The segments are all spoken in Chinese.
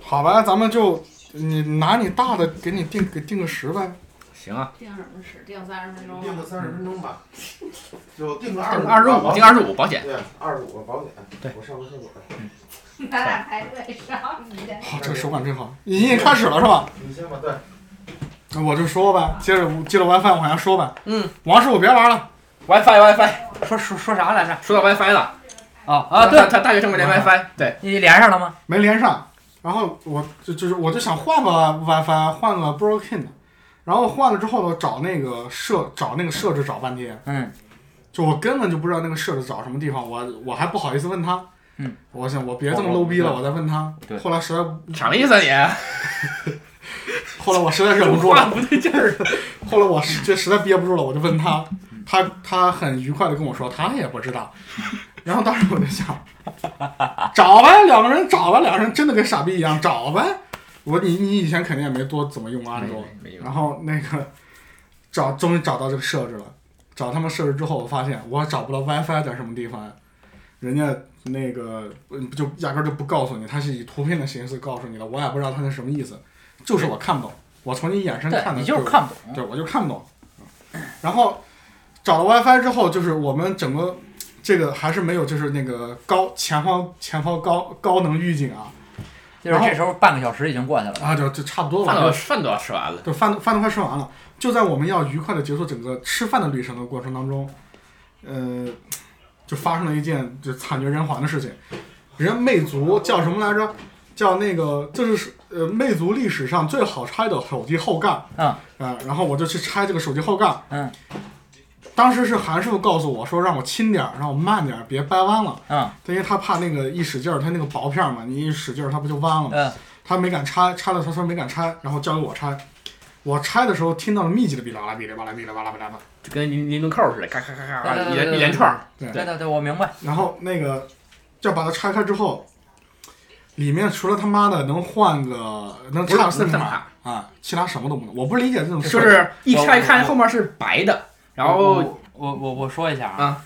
好吧，咱们就你拿你大的给你定给定个时呗，行啊，定什么时？定三十分钟啊定吧个。三十分钟吧，就定个定二二十五五，吧定二十五保险。对，二十五保险。对，我上个厕所。 咱俩排队上你的。好、这个手感真好。你已经开始了是吧？你先吧，对，那我就说呗，接着接着 WiFi 往下说呗。嗯，王师傅别玩了， WiFi WiFi，说说说啥来着？说到 WiFi 了啊啊，他对他大学生没连 WiFi，对，你连上了吗？没连上。然后我就就是我就想换个 WiFi，换个 Broken 的。然后换了之后呢，找那个设找那个设置找半天，嗯，就我根本就不知道那个设置找什么地方，我我还不好意思问他。嗯，我想我别这么 low 逼了，我再问他对。后来实在，什么意思啊你？ 后来我实在忍不住了 话，不对劲儿。啊 后来我是这实在憋不住了，我就问他，他他很愉快的跟我说他也不知道， 然后当时我就想，找呗，两个人找呗，两个人真的跟傻逼一样找呗。我你你以前肯定也没多怎么用安卓，没有，然后那个找终于找到这个设置了，找他们设置之后，我发现我找不到 WiFi 在什么地方呀，人家那个嗯就压根儿就不告诉你，他是以图片的形式告诉你的，我也不知道他是什么意思，就是我看不懂，我从你眼神对看，的你就是看不懂。对，我就看不懂。然后找了 WiFi 之后，就是我们整个这个还是没有，就是那个高前方前方高高能预警啊就是这时候半个小时已经过去了。啊，就就差不多饭吧，都就饭都要吃完了，就饭都饭都快吃完了。就在我们要愉快的结束整个吃饭的旅程的过程当中，呃，就发生了一件就惨绝人寰的事情。人家魅族叫什么来着？叫那个，这是呃，魅族历史上最好拆的手机后盖。嗯啊、然后我就去拆这个手机后盖。嗯，当时是韩师傅告诉我说，让我轻点儿，让我慢点儿，别掰弯了。嗯，因为他怕那个一使劲儿，他那个薄片儿嘛，你一使劲儿，它不就弯了吗？嗯，他没敢拆，拆了他说没敢拆，然后交给我拆。我拆的时候听到了密集的哔啦啦哔啦吧啦哔啦吧啦哔啦吧啦，就跟林林顿扣似的，咔咔咔咔对咔，对一对连对一连串儿。对对对，我明白。然后那个就把它拆开之后，里面除了他妈的能换个能不是差不四是十这么码看，啊，其他什么都不能。我不理解这种就设置，是一哦拆开后面是白的，然后我哦我我我说一下啊，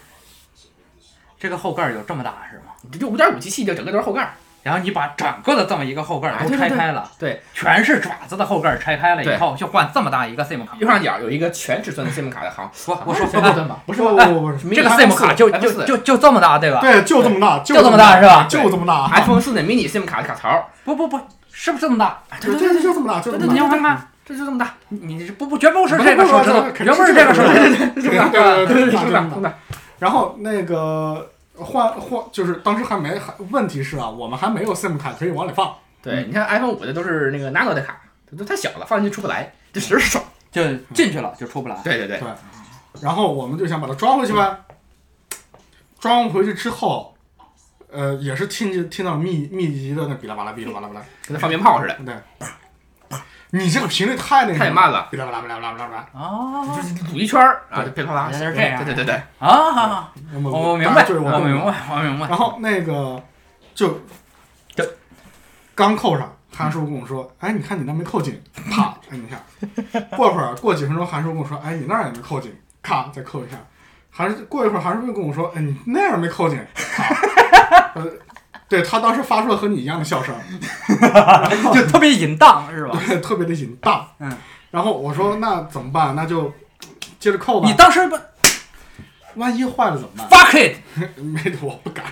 这个后盖儿有这么大是吗？就五点五 G 系就整个都是后盖儿。然后你把整个的这么一个后盖儿哎都对对拆对开了，对，全是爪子的后盖儿拆开了对以后，就换这么大一个 SIM 卡。右上角有一个全尺寸的 SIM 卡的行，啊我我说全尺寸吧，不是不不不是，什么这个 iPhone SIM 卡4就 iPhone 就4就就这么大对吧？对，就这么大，就就这么大是吧？就这么大， iPhone 四的 mini SIM 卡的卡槽，不不不，是不是这么大？就就就这么大，就对这对么对，大就。这么大，这就这么 大，你你这不不绝不是不这个不手不指不头，肯定绝不是这这个手个指头。 这么大，对对对对，对这么大，对这么大，然后那个换换就是当时还没还问题是啊，我们还没有 SIM 卡可以往里放，对，你看 iPhone 五的都是那个 Nano 的卡，都都太小了，放进去出不来，这实是爽。就进去了就出不来。对对对，然后我们就想把它装回去呗。装回去之后，呃，也是听见听到密密集的那哔啦吧啦哔啦吧啦吧啦，跟那放鞭炮似的，你这个频率太那个太慢了，哔啦吧啦哔啦吧啦哔啦吧啦，啊就是堵一圈儿啊，对就噼里啪啦。原来是这样对对对对，啊！那么我明白，就是我明白。白，我明 白。然后那个就对刚扣上，韩叔跟我说：“哎，你看你那没扣紧，啪摁一下。”过会儿过几分钟，韩叔跟我说：“哎，你那儿也没扣紧，咔再扣一下。”韩叔过一会儿，韩叔又跟我说：“哎，你那儿没扣紧，咔。 呃”对他当时发出了和你一样的笑声， 就特别淫荡是吧？对， 特别的紧大。嗯，然后我说：“那怎么办？那就接着扣吧 你。当时不万一坏了怎么办 fuck it？” 没，我不敢。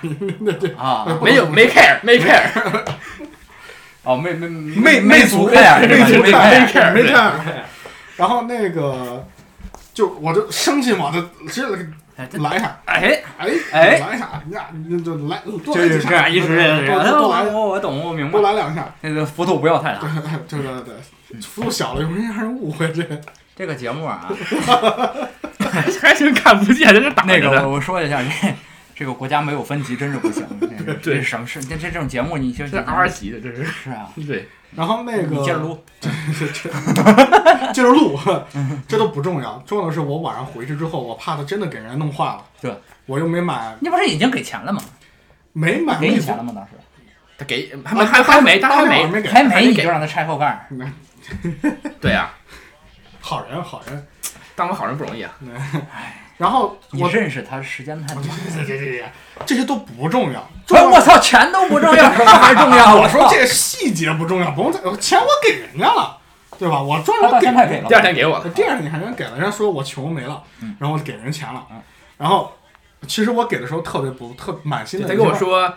那这 啊呃不没有没 care 没 care， 哦，魅魅魅魅族魅呀，魅族啊族魅派呀， care，没对看。然后那个，就我就生气嘛，就直接哎这给来一下，哎，哎哎来一下，你俩你就来多就来是几这样下，一直多这样。哎多多我来我我懂，我 明白多。来两下， 那个幅度不要太大。对对对，幅度小了容易让人误会这。这个节目 啊，还真看不见，这是打着那呢个我我说一下，这这个国家没有分级真是 不行。这这是什么事？这这这种节目你就这是 R 级的，这是是啊，对，然后那你个接着撸。接着录，这都不重要，重要的是我晚上回去之后，我怕它真的给人家弄坏了。对，我又没买，你不是已经给钱了吗？没买给那你种钱了吗？当时他给还没还还没，他还当天晚上，没没给，还还没没你给就让他拆后盖儿，对啊，好人好人。当个好人不容易啊。然后你我认识他 时 间太短。这这这这这些都不重要，重哎，要我操，钱都不重要，什么 还重要？啊我说操这个细节不重要，不用再钱我给人家了，对吧？我赚他了到给现在给了第，二天给我了，第二天人家给了，人家说我穷没了嗯，然后我给人钱了嗯，然后其实我给的时候特别不特满心的，他跟我，说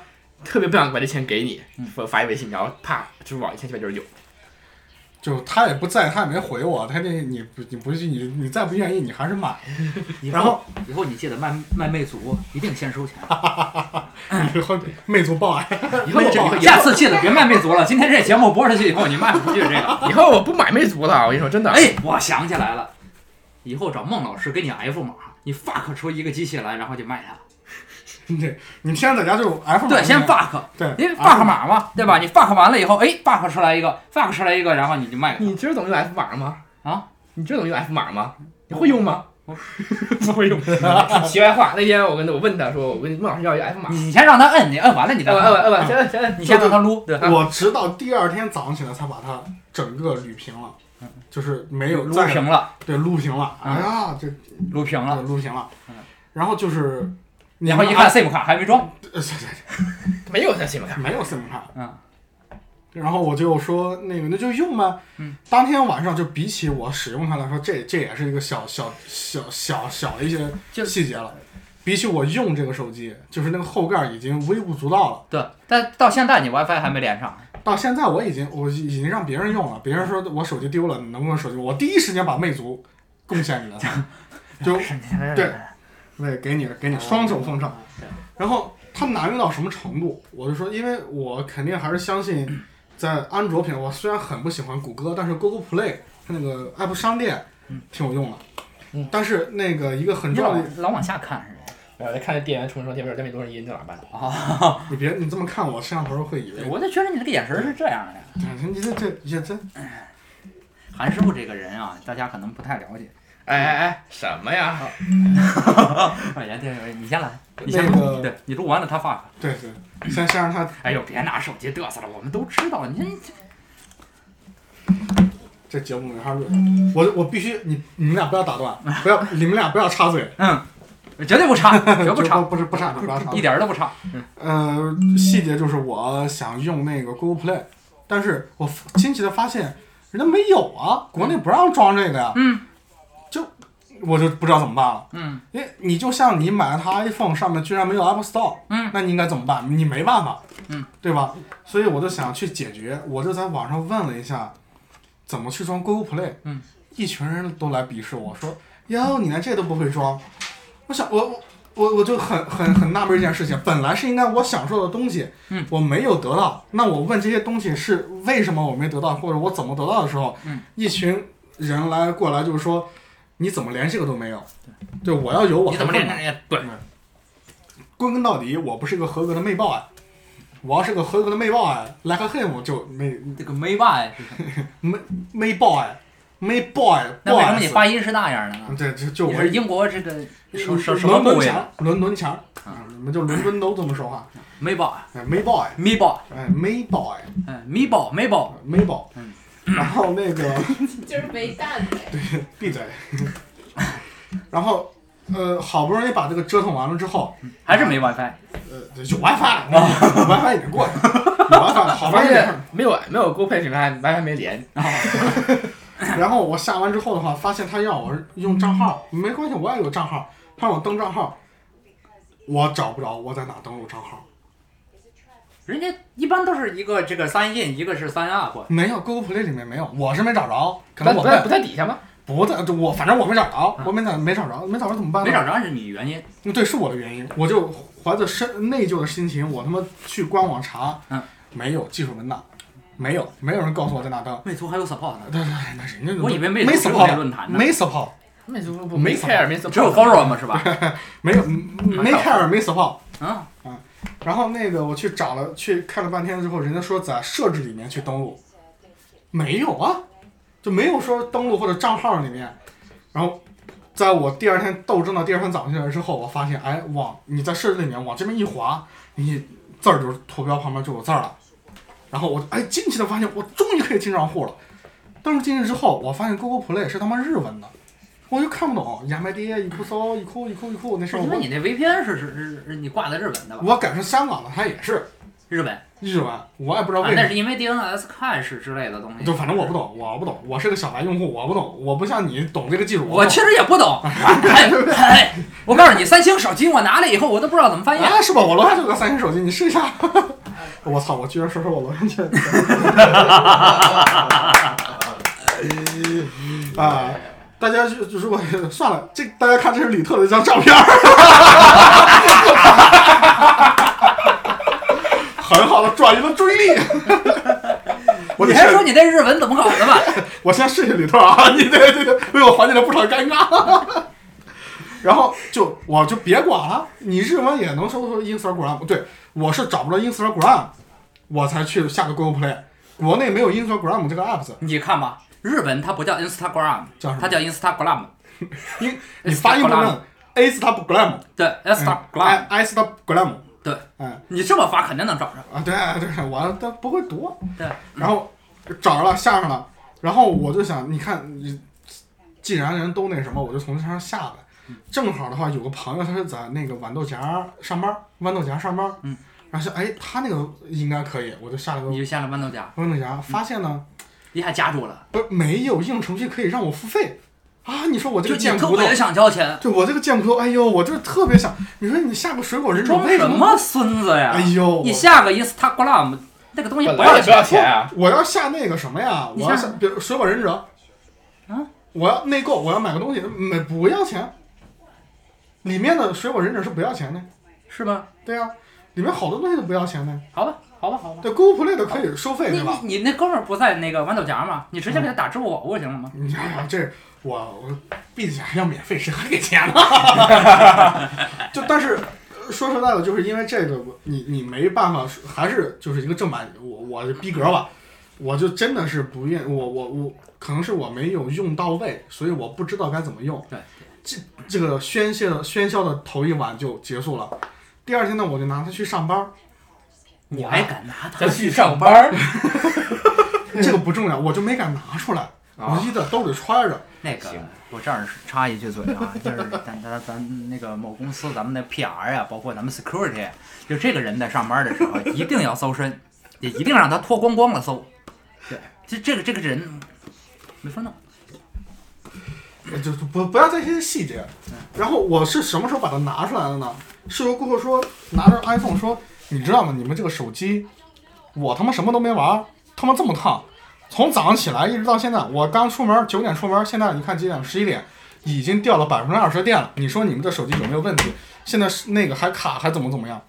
特别不想把这钱给你，发发一微信，然后啪，支付宝一千七百九十九，就他也不在，他也没回我，他这你不你不你你再不愿意，你还是买，以然后后啊以后你记得卖卖魅族，一定先收钱。你会魅族 报案，以后我下次记得别卖魅族了。今天这节目播出去以后，你卖不出去这 个。以后我不买魅族了，我跟你说真的，哎，我想起来了，以后找孟老师给你 F 码，你 fuck 出一个机器来，然后就卖它。嗯你这你天天在家就是 F 对，先 fuck，对，因为 fuck 码嘛，对吧？你 fuck 完了以后，哎，fuck 出来一个，fuck 出来一个，然后你就卖给他。你知道怎么用 F 码吗？啊，你知道怎么用 F 码吗？你会用吗？ 不会用。题外话，那天我跟他我问他说，我跟孟老师要一个 F 码，你先让他摁，你 摁完了你再摁吧摁吧摁摁，呃吧，行了行了，你先让他撸， 对，我直到第二天早上起来才把它整个捋平了，嗯就是没有撸再平了，对撸平了，嗯哎呀这撸平了。撸平了嗯，然后就是。你然后一们啊看 SIM 卡还没装，呃，对对没有他信用对，卡，没有 SIM 卡。嗯。然后我就说那个那就用呗。嗯。当天晚上就比起我使用它来说，这这也是一个小小小小小的一就些细节了。比起我用这个手机，就是那个后盖已经微不足道了。对，但到现在你 WiFi 还没连上，到现在我已经我已经让别人用了，别人说我手机丢了，你能不能手机？我第一时间把魅族贡献给了 他，就对，对，给你哦给你双手奉上。然后它难用到什么程度？我就说，因为我肯定还是相信， 在安卓品，我虽然很不喜欢谷歌，但是 Google Play 它那个 App 商店嗯挺有用的。嗯但是那个一个很你重老要的，老往下看是吧？然后再看那店员出门说店面店面多少一，你咋办？你别你这么看我，摄像头会以为我就觉得你这个眼神是这样的。你这这也这韩师傅这个人啊，大家可能不太了解。哎哎哎，什么呀？哎呀，对对，你先来，你先那录，个对你录完了他发。对对，先先让他哎呦，别拿手机嘚瑟了，我们都知道。你这节目没法录，我我必须你你们俩不要打断，不要你们俩不要插嘴，这绝对不差， 绝不就差，不是不插不插插一。点儿都不 差。呃，细节就是我想用那个 Google Play，但是我惊奇的发现人家没有啊，国内不让装这个呀。嗯，就我就不知道怎么办了。嗯，因为你就像你买了它 iPhone 上面居然没有 App Store，嗯，那你应该怎么办？你没办法，嗯，对吧？所以我就想去解决，我就在网上问了一下，怎么去装 Google Play，嗯，一群人都来鄙视我说，哟，你连这都不会装，我想我我。我我就很很很纳闷一件事情，本来是应该我享受的东西，嗯，我没有得到，那我问这些东西是为什么我没得到，或者我怎么得到的时候，嗯，一群人来过来就是说，你怎么连这个都没有？对，我要有我你怎么还练会买？那对，归根到底，我不是个合格的魅豹啊！我要是个合格的魅豹啊，莱克 him 就魅这个没办呀。魅豹啊，魅豹啊，那为什么你 boys 发音是那样的呢？对，就就你我是英国这个什什什么伦部敦位？墙，伦敦墙啊，我们就伦敦都这么说话，没报，哎魅豹啊，没报，哎，魅豹啊，嗯，没报，没报。魅豹嗯。然后那个。就是没 蛋呗。闭嘴。 然后，呃，好不容易把这个折腾完了之后，还是没 WiFi。呃，有 WiFi 了，WiFi 已经过去了，有 WiFi 了，好不发容易。现没有没有 Google Play 品牌 WiFi 没连，然后我下完之后的话，发现他要我用账号，没关系，我也有账号，他让我登账号，我找不着我在哪登录账号，人家一般都是一个这个三 in，一个是三 up。没有 Google Play 里面没有，我是没找着，可但能不我在在不在底下吗？不在，就我反正我没找着嗯，我没找没找着，没找着怎么办呢？没找着是你原因，嗯对，是我的原因，我就怀着深内疚的心情，我他妈去官网查，嗯，没有技术文档，没有，没有人告诉我在哪登。魅族还有 support 呢。对对，对那人家我以为没魅族只有 support，那论坛呢，没 support，没不不没没扫 care 没 support 只有 forum 是吧？没有嗯没 care，没 support。啊，然后那个我去找了，去看了半天之后，人家说在设置里面去登录，没有啊，就没有说登录或者账号里面。然后在我第二天斗争到第二天早上起来之后，我发现，哎，往你在设置里面往这边一滑，你字儿就是图标旁边就有字儿了。然后我哎惊奇的发现，我终于可以进账户了。但是进去之后，我发现 Google Play 是他妈日文的，我就看不懂，亚麻爹一哭骚一哭一哭一哭那事儿因为我你那 VPN 是是是是你挂在日本的吧？我改成香港了，它也是日本，日文，我也不知道啊为，那什是因为 DNS 看是之类的东么，西。就反正我不懂，我不懂，我是个小白用户，我不懂，我不像你懂这个技术，我不懂其实也不懂， 哎哎，我告诉你，三星手机我拿了以后，我都不知道怎么翻译。啊，是吧？我楼下就有个三星手机，你试一下。我操！我居然说说我楼下 就有个三星手机 啊！大家就就如果算了，这大家看这是李特的一张照片儿， 很好的转移了注意力。 我你得还确说你那日文怎么搞的吧？我先试试李特啊，你这这个为我缓解了不少尴尬。 然后就我就别管了，你日文也能搜出 Instagram，不对，我是找不着 Instagram，我才去下的 Google Play，国内没有 Instagram 这个 app，s 你看吧，日本它不叫 Instagram，叫什么它叫 Instagram。你你发音不正，Instagram，对，Instagram，嗯，Instagram，对，哎你这么发肯定能找着。啊，对对，我都不会读，对，然后找着了，下上了，然后我就想，你看你，既然人都那什么，我就从这上下来。嗯正好的话，有个朋友他是在那个豌豆荚上班，豌豆荚上班，嗯，然后想，哎，他那个应该可以，我就下了个你就下了豌豆荚，豌豆荚，发现呢，一下夹住了，不是没有硬程序可以让我付费啊！你说我这就个贱你特骨头，别想交钱，对我这个贱骨头，哎呦，我就是特别想，你说你下个水果忍者装为什么？么孙子呀哎？呦，我你下个 Instagram 那个东西本不来要也不钱，要 钱啊，哦我要下那个什么呀？你我要下下，比如水果忍者，啊，我要内购，我要买个东西，没不要钱。里面的水果忍者是不要钱的，是吗？对呀、里面好多东西都不要钱的。好吧，好吧，好吧。对，Google Play 的可以收费，你对吧？你你那哥们儿不在那个豌豆荚吗？你直接给他打支付宝不就行了吗？你想想，这我我闭嘴，要免费谁还给钱呢？ 就但是呃说实在的，就是因为这个，我你你没办法，还是就是一个正版，我我就逼格吧，我就真的是不愿，我我我可能是我没有用到位，所以我不知道该怎么用。对，这这个宣泄的喧嚣的头一晚就结束了，第二天呢，我就拿它去上班儿。你啊还敢拿他它去上班 儿这个不重要，我就没敢拿出来，我啊，就在兜里揣着。那个行，我这儿插一句嘴啊，就是咱咱咱那个某公司咱们的 PR 呀、包括咱们 security，就这个人在上班的时候一定要搜身，也一定让他脱光光了搜。对，这这个这个人没法弄。就就不不要在意这些细节。然后我是什么时候把它拿出来的呢？是由顾客说拿着 iPhone 说，你知道吗？你们这个手机，我他妈什么都没玩儿，他妈这么烫，从早上起来一直到现在，我刚出门九点出门，现在你看几点？十一点，已经掉了百分之二十的电了。你说你们这手机有没有问题？现在是那个还卡还怎么怎么样？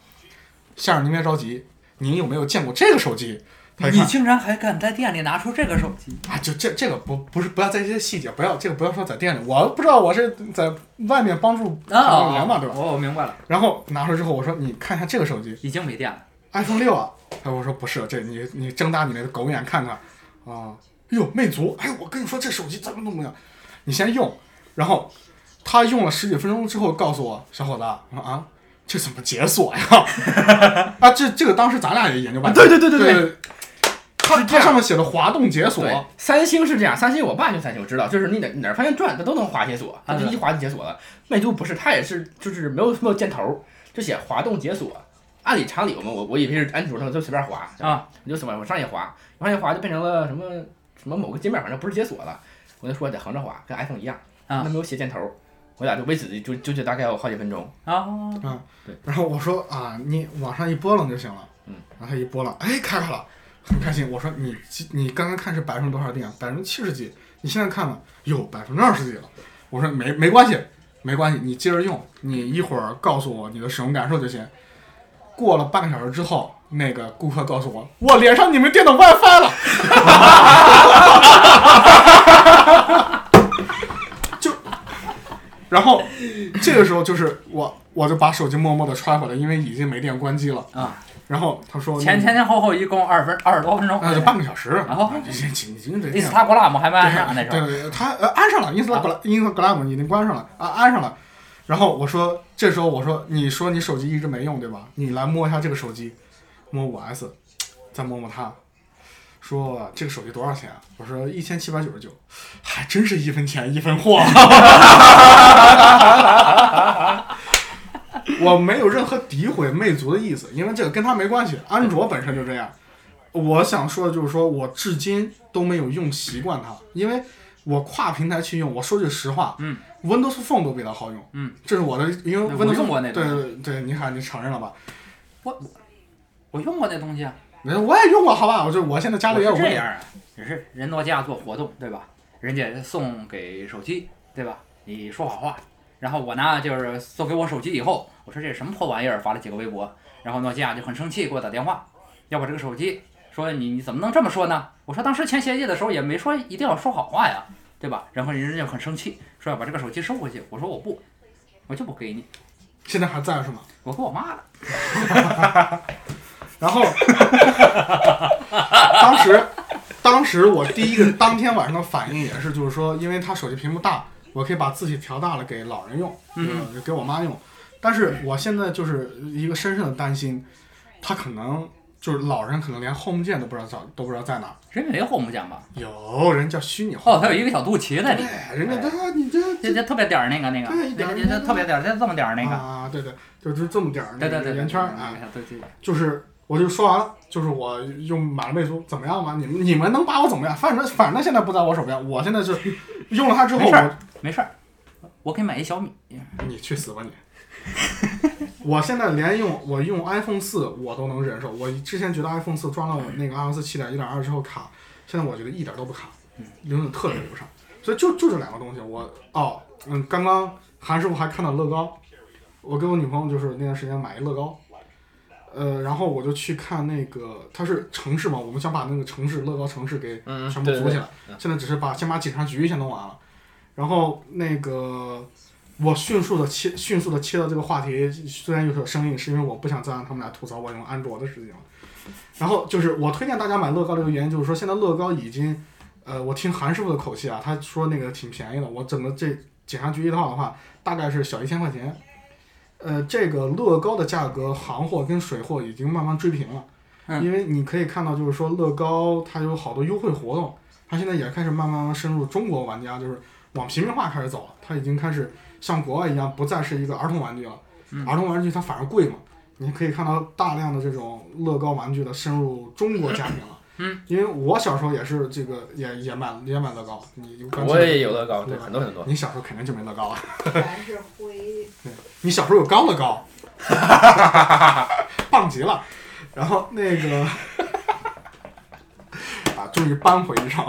先生您别着急，您有没有见过这个手机？他一看你竟然还敢在店里拿出这个手机？啊，就这这个不不是不要在意这些细节，不要这个不要说在店里，我不知道我是在外面帮助朋友啊、聊嘛，对吧？哦，我明白了，然后拿出来之后，我说你看一下这个手机已经没电了。 ，iPhone 六啊，他我说不是，这你你睁大你那个狗眼看看啊，哎呦魅族，哎我跟你说这手机怎么怎么样，你先用，然后他用了十几分钟之后告诉我，小伙子啊啊，这怎么解锁呀？ 啊这这个当时咱俩也研究半天，对对对对，它是这它样上面写的滑动解锁。对，三星是这样，三星我爸就三星，我知道，就是你哪哪儿发现转，它都能滑解锁，它啊就对一滑就解锁了。魅族不是，它也是就是没有没有箭头，就写滑动解锁。按理常理我们我我以为是安卓，它就随便滑啊，我就随便往上一滑，往上一滑就变成了什么什么某个界面，反正不是解锁了。我就说得横着滑，跟 iPhone 一样，啊它没有写箭头。我俩就为此就纠结大概有好几分钟，啊，然后我说啊，你往上一拨楞就行了。嗯，然后他一拨楞，哎，开开了，很开心。我说你你刚刚看是百分之多少电？百分之七十几，你现在看了，有百分之二十几了。我说没没关系，没关系，你接着用，你一会儿告诉我你的使用感受就行。过了半个小时之后，那个顾客告诉我，我连上你们电脑 WiFi 了。 就，然后这个时候就是我，我就把手机默默的揣回来，因为已经没电关机了啊。然后他说前前前后后一共二分二十多分钟，那就半个小时，然后啊这这这这这这 Instagram 还没安上啊那时对候，啊对对，他呃安上了 Instagram Instagram 已经关上了啊，安上了。然后我说，这时候我说，你说你手机一直没用对吧？你来摸一下这个手机，摸五 S，再摸摸它，说这个手机多少钱啊？我说一千七百九十九，还真是一分钱一分货。啊我没有任何诋毁魅族的意思，因为这个跟他没关系，安卓本身就这样。我想说的就是说，我至今都没有用习惯它，因为我跨平台去用。我说句实话，嗯，Windows Phone 都比它好用，嗯，这是我的，因为那 Windows 我用过那对东西对对，你看你承认了吧？我用过那东西啊，没，我也用过，好吧？我就我现在家里也有我是这 Windows 样啊，也是人诺基亚做活动对吧？人家送给手机对吧？你说好话，然后我呢就是送给我手机以后，我说这是什么破玩意儿，发了几个微博，然后诺基亚就很生气给我打电话，要我这个手机，说你你怎么能这么说呢？我说当时签协议的时候也没说一定要说好话呀，对吧？然后人家就很生气，说要把这个手机收回去，我说我不，我就不给你，现在还在是吗？我给我妈了，然后当时当时我第一个当天晚上的反应也是，就是说，因为他手机屏幕大，我可以把字体调大了给老人用，嗯呃，给我妈用。但是我现在就是一个深深的担心，他可能就是老人可能连 home 键都不知道在都不知道在哪儿。人家没红木讲吧？有人叫虚拟 home，哦，它有一个小肚脐在里面。对，人家都说你这就就特别点儿那个那个，对一点儿就就特别点儿，就这么点儿那个，啊，对对，就就这么点儿，对对对，对圆圈儿对啊。对对对对就是我就说完了，就是我用买了魅族怎么样嘛？你们你们能把我怎么样？反正反正现在不在我手边，我现在就是用了它之后，没事我没事儿，我给你买一小米，你去死吧你！ 我现在连用我用 iPhone 四我都能忍受，我之前觉得 iPhone 四装了那个 iOS 七点一点二之后卡，现在我觉得一点都不卡，永远特别流畅。所以就就这两个东西，我哦嗯，刚刚韩师傅还看到乐高，我跟我女朋友就是那段时间买一乐高，呃，然后我就去看那个它是城市嘛，我们想把那个城市乐高城市给嗯全部对组起对来，现在只是把先把警察局先弄完了，然后那个我迅速的切迅速的切到这个话题，虽然有所生硬，是因为我不想再让他们俩吐槽我用安卓的事情了。然后就是我推荐大家买乐高这个原因，就是说现在乐高已经，呃，我听韩师傅的口气啊，他说那个挺便宜的，我整个这警察局一套的话，大概是小一千块钱。呃，这个乐高的价格，行货跟水货已经慢慢追平了，嗯因为你可以看到，就是说乐高它有好多优惠活动，它现在也开始慢慢慢慢深入中国玩家，就是往平民化开始走了，它已经开始像国外一样，不再是一个儿童玩具了，嗯儿童玩具它反而贵嘛。你可以看到大量的这种乐高玩具的深入中国家庭了。嗯，因为我小时候也是这个，也也买也买乐高，你就刚才我也有乐高，对，对吧很多很多。你小时候肯定就没乐高啊，全是灰。你小时候有高乐高，棒极了。然后那个啊，终于扳回一城。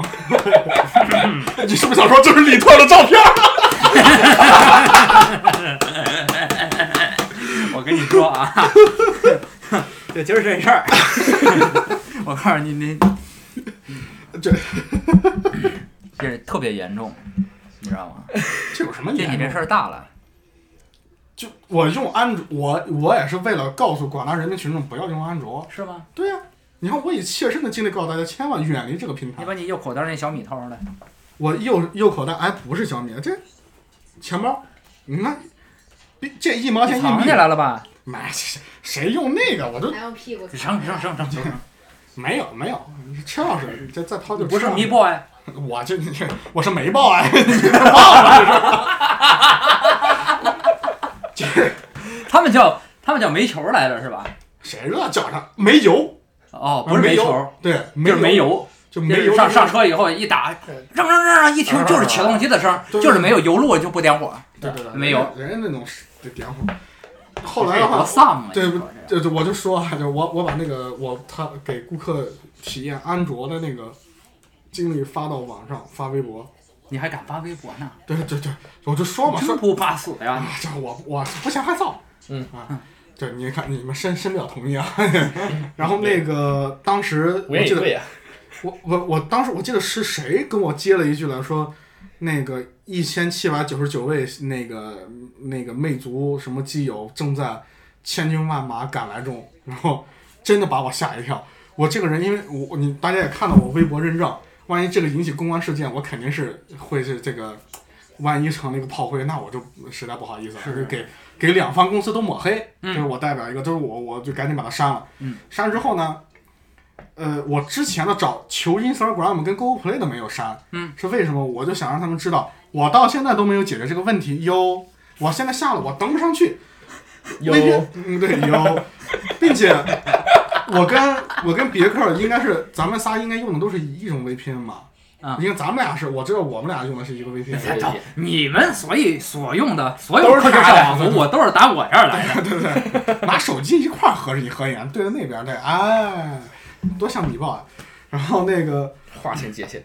你是不是想说这是李特的照片？ 我跟你说 啊，对，就是这事儿， 我告诉你，你 这这特别严重，你知道吗？这有什么这严你重这的？事儿大了，就我用安卓，我我也是为了告诉广大人民群众不要用安卓。是吗？对呀、你看我以切身的经历告诉大家，千万远离这个平你台。把你右口袋那小米掏出来，我右右口袋哎不是小米，这钱包，你看，比这一毛钱你一藏米起，来了吧？买谁谁用那个？我都还用屁股扔扔扔扔扔，没有没有，车钥匙你这再掏就不吃是了迷 boy，我这你我是没报 哎，你这报了这是？他们叫他们叫煤球来着是吧？这谁热脚上没油？哦，不是煤没球，，对，没就是煤油，就就没是油上上，车以后一打，对啊扔扔扔扔，一听就是起动机的声儿，对对就是没有油路就不点火。对对对，没油，人家那种是得点火。后来的话多，丧啊！对你说这对对，我就说啊，就我我把那个我他给顾客体验安卓的那个经历发到网上，发微博。你还敢发微博呢？对对对，我就说嘛，说真不怕死呀！啊，这我我不嫌害臊，嗯啊，对，你看你们深深表同意啊。 然后那个当时嗯我我也记得对呀，我我我当时我记得是谁跟我接了一句来说，那个一千七百九十九位那个那个魅族什么基友正在千军万马赶来中，然后真的把我吓一跳。我这个人，因为我你大家也看到我微博认证，万一这个引起公关事件，我肯定是会是这个，万一成了一个炮灰，那我就实在不好意思了，是就给给两方公司都抹黑，嗯就是我代表一个，就是我我就赶紧把它删了。嗯删之后呢，呃，我之前的找求 Instagram 跟 Google Play 的没有删，嗯，是为什么？我就想让他们知道，我到现在都没有解决这个问题哟。我现在下了，我登不上去。有那天，嗯，对，有，并且 我跟我跟别克应该是咱们仨应该用的都是一种 VPN 吧？啊因为咱们俩是我知道我们俩用的是一个 VPN， 对找你们所以所用的所有都是科学他小的服务都是打我这儿来的。对不对？拿手机一块儿合着你合眼，对着那边儿对，哎，多像你报啊！然后那个。划清界限。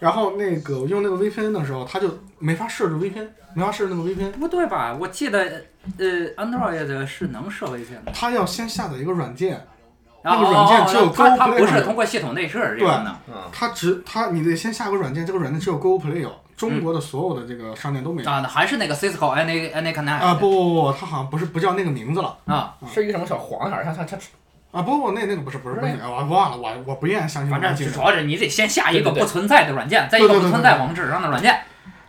然后那个我用那个 VPN 的时候，它就没法设置 VPN，没法设置那个 VPN，不对吧？我记得呃，Android 是能设 VPN 的，它要先下载一个软件，然那后个软件只有哦它 Google 它 Play 不是上通过系统内设这个的。嗯，它只它你得先下个软件，这个软件只有 Google Play 有，中国的所有的这个商店都没有。啊，那还是那个 Cisco Any Any Connect 啊不不不，它好像不是不叫那个名字了啊是一个什么小黄色儿，它它它啊！不不，那那个不是不是不是，我忘了，我我不愿意相信反软正件。主要是你得先下一个对对对不存在的软件，在一个不存在网址上的软件。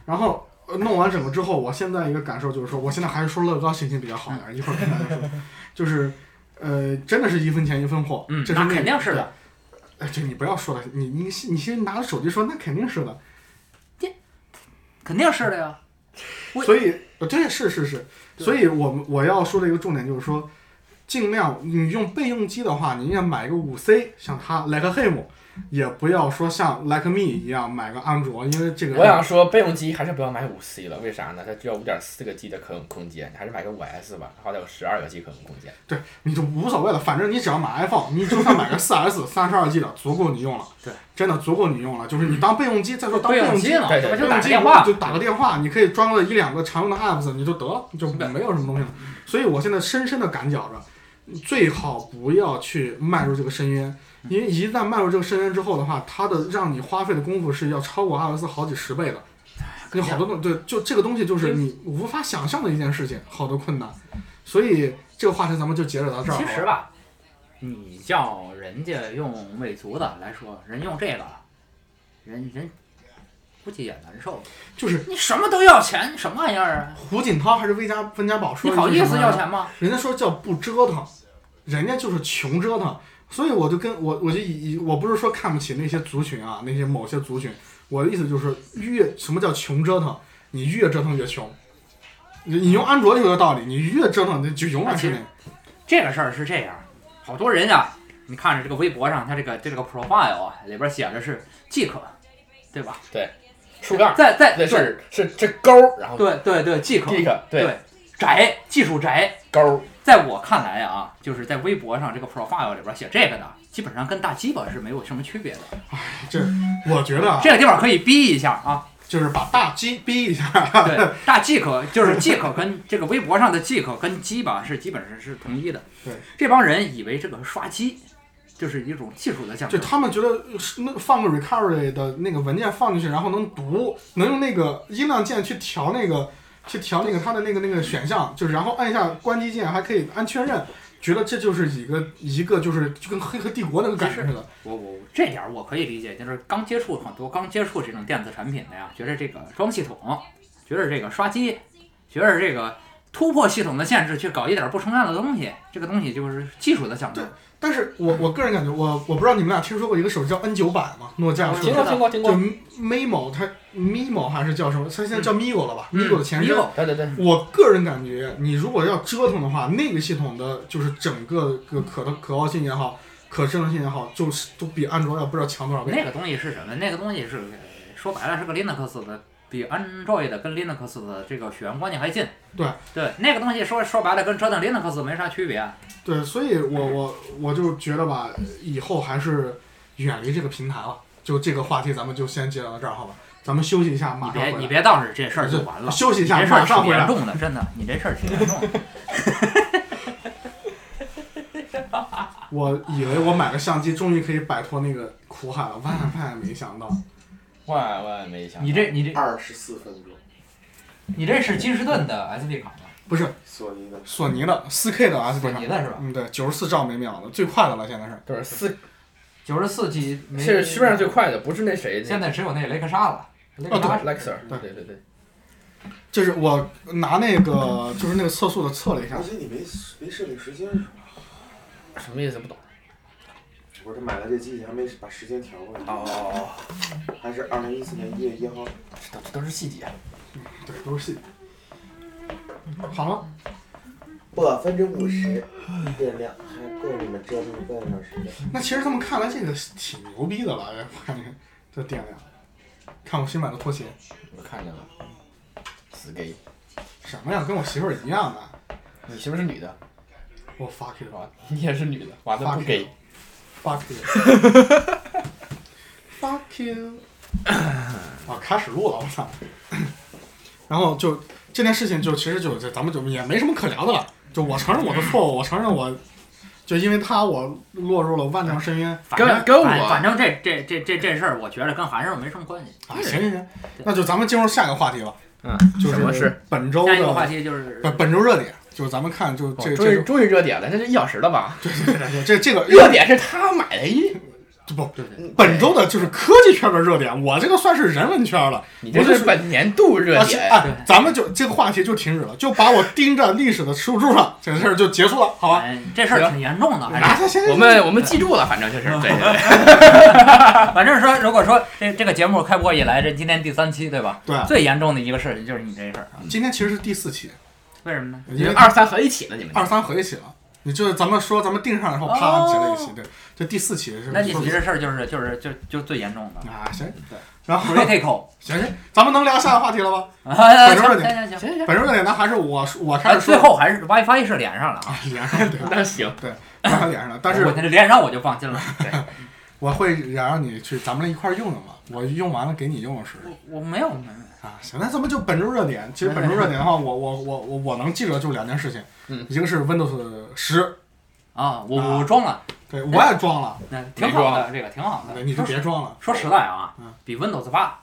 然后、呃、弄完整个之后，我现在一个感受就是说，我现在还是说乐高心情比较好一点，一会儿跟大家 说，就是呃，真的是一分钱一分货，嗯，这是那个肯定是的。哎，这你不要说了，你你你先拿着手机说，那肯定是的。肯定是的呀。我所以，呃对，是是是，对所以我们我要说的一个重点就是说，尽量你用备用机的话，你要买个五 C，像它 Like Him，也不要说像 Like Me 一样买个安卓，因为这个 我想说，备用机还是不要买五 C 了，为啥呢？它只有五点四个 G 的可用空间，你还是买个五 S 吧，好歹有十二个 G 可用空间。对你就无所谓了，反正你只要买 iPhone，你就算买个 4S 三十二 G 的，足够你用了。对，真的足够你用了，就是你当备用机，再说当备用用机机。呢，对对这不备就用打个机电话就打个电话，你可以装了一两个常用的 apps，你就得了，就没有什么东西了。所以我现在深深的感觉着，最好不要去迈入这个深渊，因为一旦迈入这个深渊之后的话，它的让你花费的功夫是要超过 iOS 好几十倍的。哎有好多东对，就这个东西就是嗯你无法想象的一件事情，好多困难。所以这个话题咱们就截止到这儿好其吧。实吧，你叫人家用魅族的来说，人用这个，人人估计也难受。就是你什么都要钱，什么玩意儿啊？胡锦涛还是魏家温家宝你说，好意思要？钱吗？人家说叫不折腾，人家就是穷折腾。所以我就跟我我就以以我不是说看不起那些族群啊，那些某些族群，我的意思就是越什么叫穷折腾，你越折腾越穷。你你用安卓就有道理，你越折腾就永远是那个。这个事儿是这样，好多人啊，你看着这个微博上，他这个这个 profile 啊，里边写着是即可，对吧？竖杠，在在对，对是是这勾儿，然后对对对，即可 click，对对宅技术宅，勾儿，在我看来啊，就是在微博上这个 profile 里边写这个的，基本上跟大鸡巴是没有什么区别的。我觉得啊，这个地方可以逼一下啊，就是把大鸡逼一下，对，大 G 可就是 G 可跟这个微博上的 G 可跟鸡巴是基本上是同一的。对，这帮人以为这个刷机就是一种技术的象就征。他们觉得是那放个 recovery 的那个文件放进去，然后能读，能用那个音量键去调那个，去调那个它的那个那个选项，就是然后按一下关机键还可以按确认，觉得这就是一个一个就是就跟黑客帝国那个感觉似的。我我这点儿我可以理解，就是刚接触很多刚接触这种电子产品的呀，觉得这个装系统，觉得这个刷机，觉得这个突破系统的限制去搞一点不成样的东西，这个东西就是技术的象征。但是我我个人感觉，我我不知道你们俩听说过一个手机叫 N 九百吗？诺基亚我手啊听机道。过听过听就过， Mimo，它 Mimo 还是叫什么？它现在叫嗯 Migo 了吧、m i g o 的前一身个。对对对，我个人感觉，你如果要折腾的话，那个系统的就是整个个可的可靠性也好，可智能性也好，就是都比安卓要不知道强多少倍。那个东西是什么？那个东西是说白了是个 Linux 的，比 Android 的跟 Linux 的这个血缘关系还近。对对，那个东西说说白了跟折腾 Linux 没啥区别。啊对，所以我我我就觉得吧，以后还是远离这个平台了。就这个话题，咱们就先接到这儿好吧？咱们休息一下，你马上别你回来。别到时候这事儿就完了。休息一你下这，事马儿上回挺严来。重的，真的，你这事儿挺严重的。我以为我买个相机，终于可以摆脱那个苦海了，万万没想到。万万没想到， 你这你这二十四分钟，你这是金士顿的 SD 卡 吗？不是索尼的索尼的4 K 的 SD 卡你，的是吧？嗯，对，九十四兆每秒的，最快的了，现在是。就是四，九十四 G，这是区面上最快的，不是那谁现在只有那雷克萨了。雷克哦对萨那个是 Lexer，对对对对，就是我拿那个就是那个测速的测了一下而，且你没没设定时间，什么意思不懂？我这买了这机器还没把时间调过来，哦，还是二零一四年一月一号。这都这都是细节。对，都是戏。好了，百分之五十电量还够你们折腾半个小时的。那其实他们看来这个挺牛逼的了，哎我感觉这电量。看我新买的拖鞋，我看见了，死 gay，什么呀，跟我媳妇儿一样的。你媳妇是女的， 我 fuck you，fuck 哇，你也是女的，娃子不 Fuck gay， you，fuck you。啊，开始录了，我操！然后就这件事情就其实就就咱们就也没什么可聊的了。就我承认我的错误，我承认我就因为他我落入了万丈深渊。反正跟反我反正这这这这这事儿，我觉得跟韩胜没什么关系。啊，行行行，那就咱们进入下一个话题吧，嗯，就什么是事本周下一个话的题就是本本周热点，就是咱们看就这个哦终这于个终于热点了，这是一小时了吧？这这个热点是他买的哎一，不对对本周的就是科技圈的热点，我这个算是人文圈了。你这是本年度热啊，是点，哎，咱们就这个话题就停止了，就把我盯着历史的耻辱柱上，这事儿就结束了，好吧？哎这事儿挺严重的，还是拿下先，我们我们记住了，反正就是啊对对对，反正说，如果说这这个节目开播以来，这今天第三期对吧？对啊最严重的一个事情就是你这事儿啊，今天其实是第四期，为什么呢？你因为们二三合一起了，你们二三合一起了。你就是咱们说咱们定上然后啪哦结了一期，对，这第四期是。那你提这事儿就是就是就就最严重的啊，行对，然后，critical 行行，咱们能聊下一个话题了吧？啊，行正热行点行行行，行行行，本周热点呢，还是我我开啊始说最，后还是 WiFi 是连上了啊，啊连上了， 对，那行，马上连上了。但我是这连上我就放心了。我会让你去咱们一块儿用用嘛，我用完了给你用用试试。我我没有没有，啊，行，那咱们就本周热点。其实本周热点的话，我我我我我能记着就两件事情，嗯一个是 Windows 十，啊，啊我我装了，对我也装了，那挺没好装的，这个挺好的。对，你就说实别装了，说实在啊嗯，比 Windows 八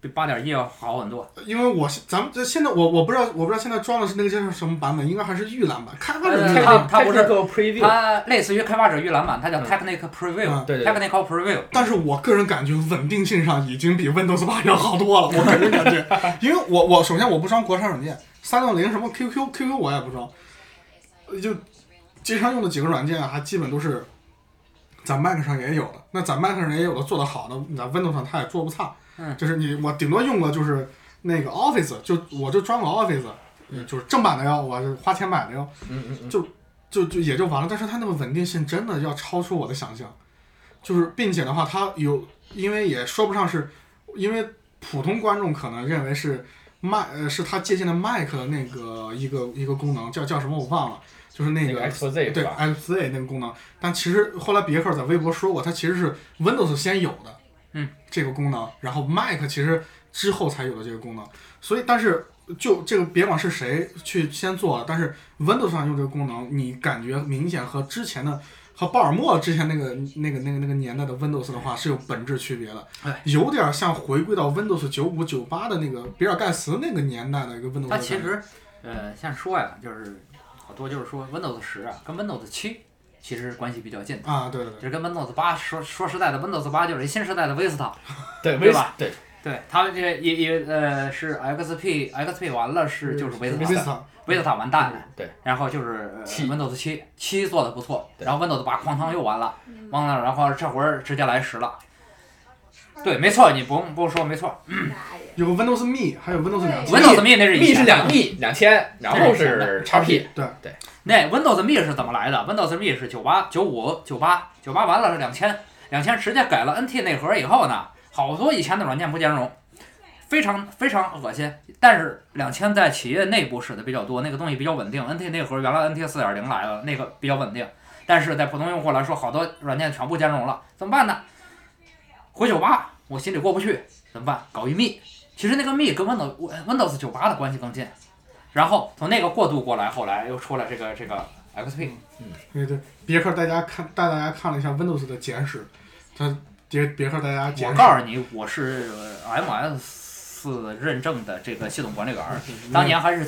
比八点一要好很多。因为我现咱们这现在我我不知道我不知道现在装的是那个叫什么版本，应该还是预览版，开发者嗯呃开啊它发，它不是 Technical preview，它类似于开发者预览版，它叫嗯 Technical 嗯 Preview，Technical 对对对 Preview。但是我个人感觉稳定性上已经比 Windows 八要好多了，我个人感觉，因为我我首先我不装国产软件，三六零什么 QQ QQ 我也不装，呃就经常用的几个软件啊，还基本都是在 Mac 上也有的，那在 Mac 上也有的做得好的，你在 Windows 上它也做不差，嗯就是你我顶多用过就是那个 Office，就我就装个 Office，、嗯就是正版的哟，我是花钱买的哟，嗯嗯嗯，就就也就完了。但是它那个稳定性真的要超出我的想象，就是并且的话，它有因为也说不上是，因为普通观众可能认为是麦呃是它借鉴了麦克的那个一个一个功能，叫叫什么我忘了，就是那那个。嗯个 X Z 对吧？ FCA 那个功能，但其实后来别克在微博说过，它其实是 Windows 先有的，嗯，这个功能，然后 Mac 其实之后才有的这个功能，所以但是就这个别管是谁去先做了，但是 Windows 上用这个功能，你感觉明显和之前的和鲍尔默之前那个那个那个那个年代的 Windows 的话是有本质区别的哎，有点像回归到 Windows 九五九八的那个比尔盖茨那个年代的一个嗯 Windows 的它感其觉。实，呃，像说呀，就是好多就是说 Windows 十啊，跟 Windows 七其实关系比较近的。啊，对对对，就是跟 Windows 八说说实在的，Windows 八就是一新时代的 Vista，对对吧？对，对，它这也也呃是 XP XP 完了是就是维 Vista，Vista 斯塔，完蛋了，嗯对，然后就是呃七 Windows 七七做的不错，对然后 Windows 八哐当又完了，嗯完了然后这回儿直接来十了，嗯对，没错，你不用不用说，没错大爷有个 Windows Me，还有 Windows 两千。 ，Windows Me 那是以 B 是前两 E 两千，然后是叉 P，那 Windows Me 是怎么来的？Windows Me 是九八九五九八九八完了是两千，两千直接改了 NT 内核以后呢，好多以前的软件不兼容，非常非常恶心。但是两千在企业内部使的比较多，那个东西比较稳定。NT 内核原来 NT 四点零来了，那个比较稳定，但是在普通用户来说，好多软件全部兼容了，怎么办呢？回九八，我心里过不去，怎么办？搞一 Me。其实那个 Me 跟 Windows Windows 九八的关系更近。然后从那个过渡过来，后来又出了这个这个嗯 XP，对对，别克大家看带大家看了一下 Windows 的简史，它别别克大家我简史告诉你，我是 MS 认证的这个系统管理员儿，当年还是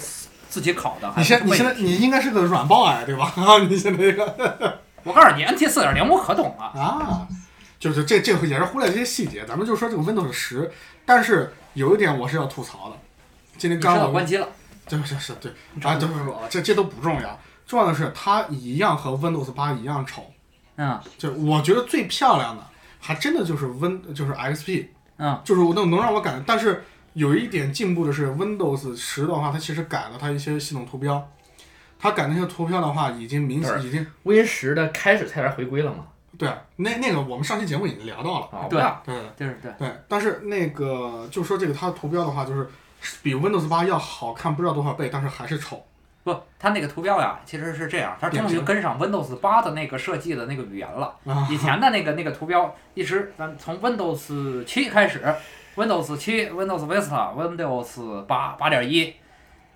自己考的。嗯你还是现你现在你应该是个软包癌对吧？ 你现在这个我告诉你，NT 四点零我可懂了。啊，就是这这回也是忽略这些细节，咱们就说这个 Windows 十，但是有一点我是要吐槽的，今天你知道刚关我机了，对是是对啊对对对，这这都不重要，重要的是它一样和 Windows 八一样丑，嗯就我觉得最漂亮的，还真的就是 Win，就是 XP，嗯，就是我能能让我感觉。但是有一点进步的是，Windows 十的话，它其实改了它一些系统图标，它改那些图标的话，已经明不显已经 Win 十的开始菜单回归了嘛？对啊，那那个我们上期节目已经聊到了，啊，对啊，对就是对，对。但是那个就说这个它的图标的话，就是比 Windows 八要好看不知道多少倍，但是还是丑。不，它那个图标呀，其实是这样，它终于跟上 Windows 八的那个设计的那个语言了。啊以前的那个那个图标，一直咱从 Windows 七开始，Windows 七、Windows Vista、Windows 八八点一，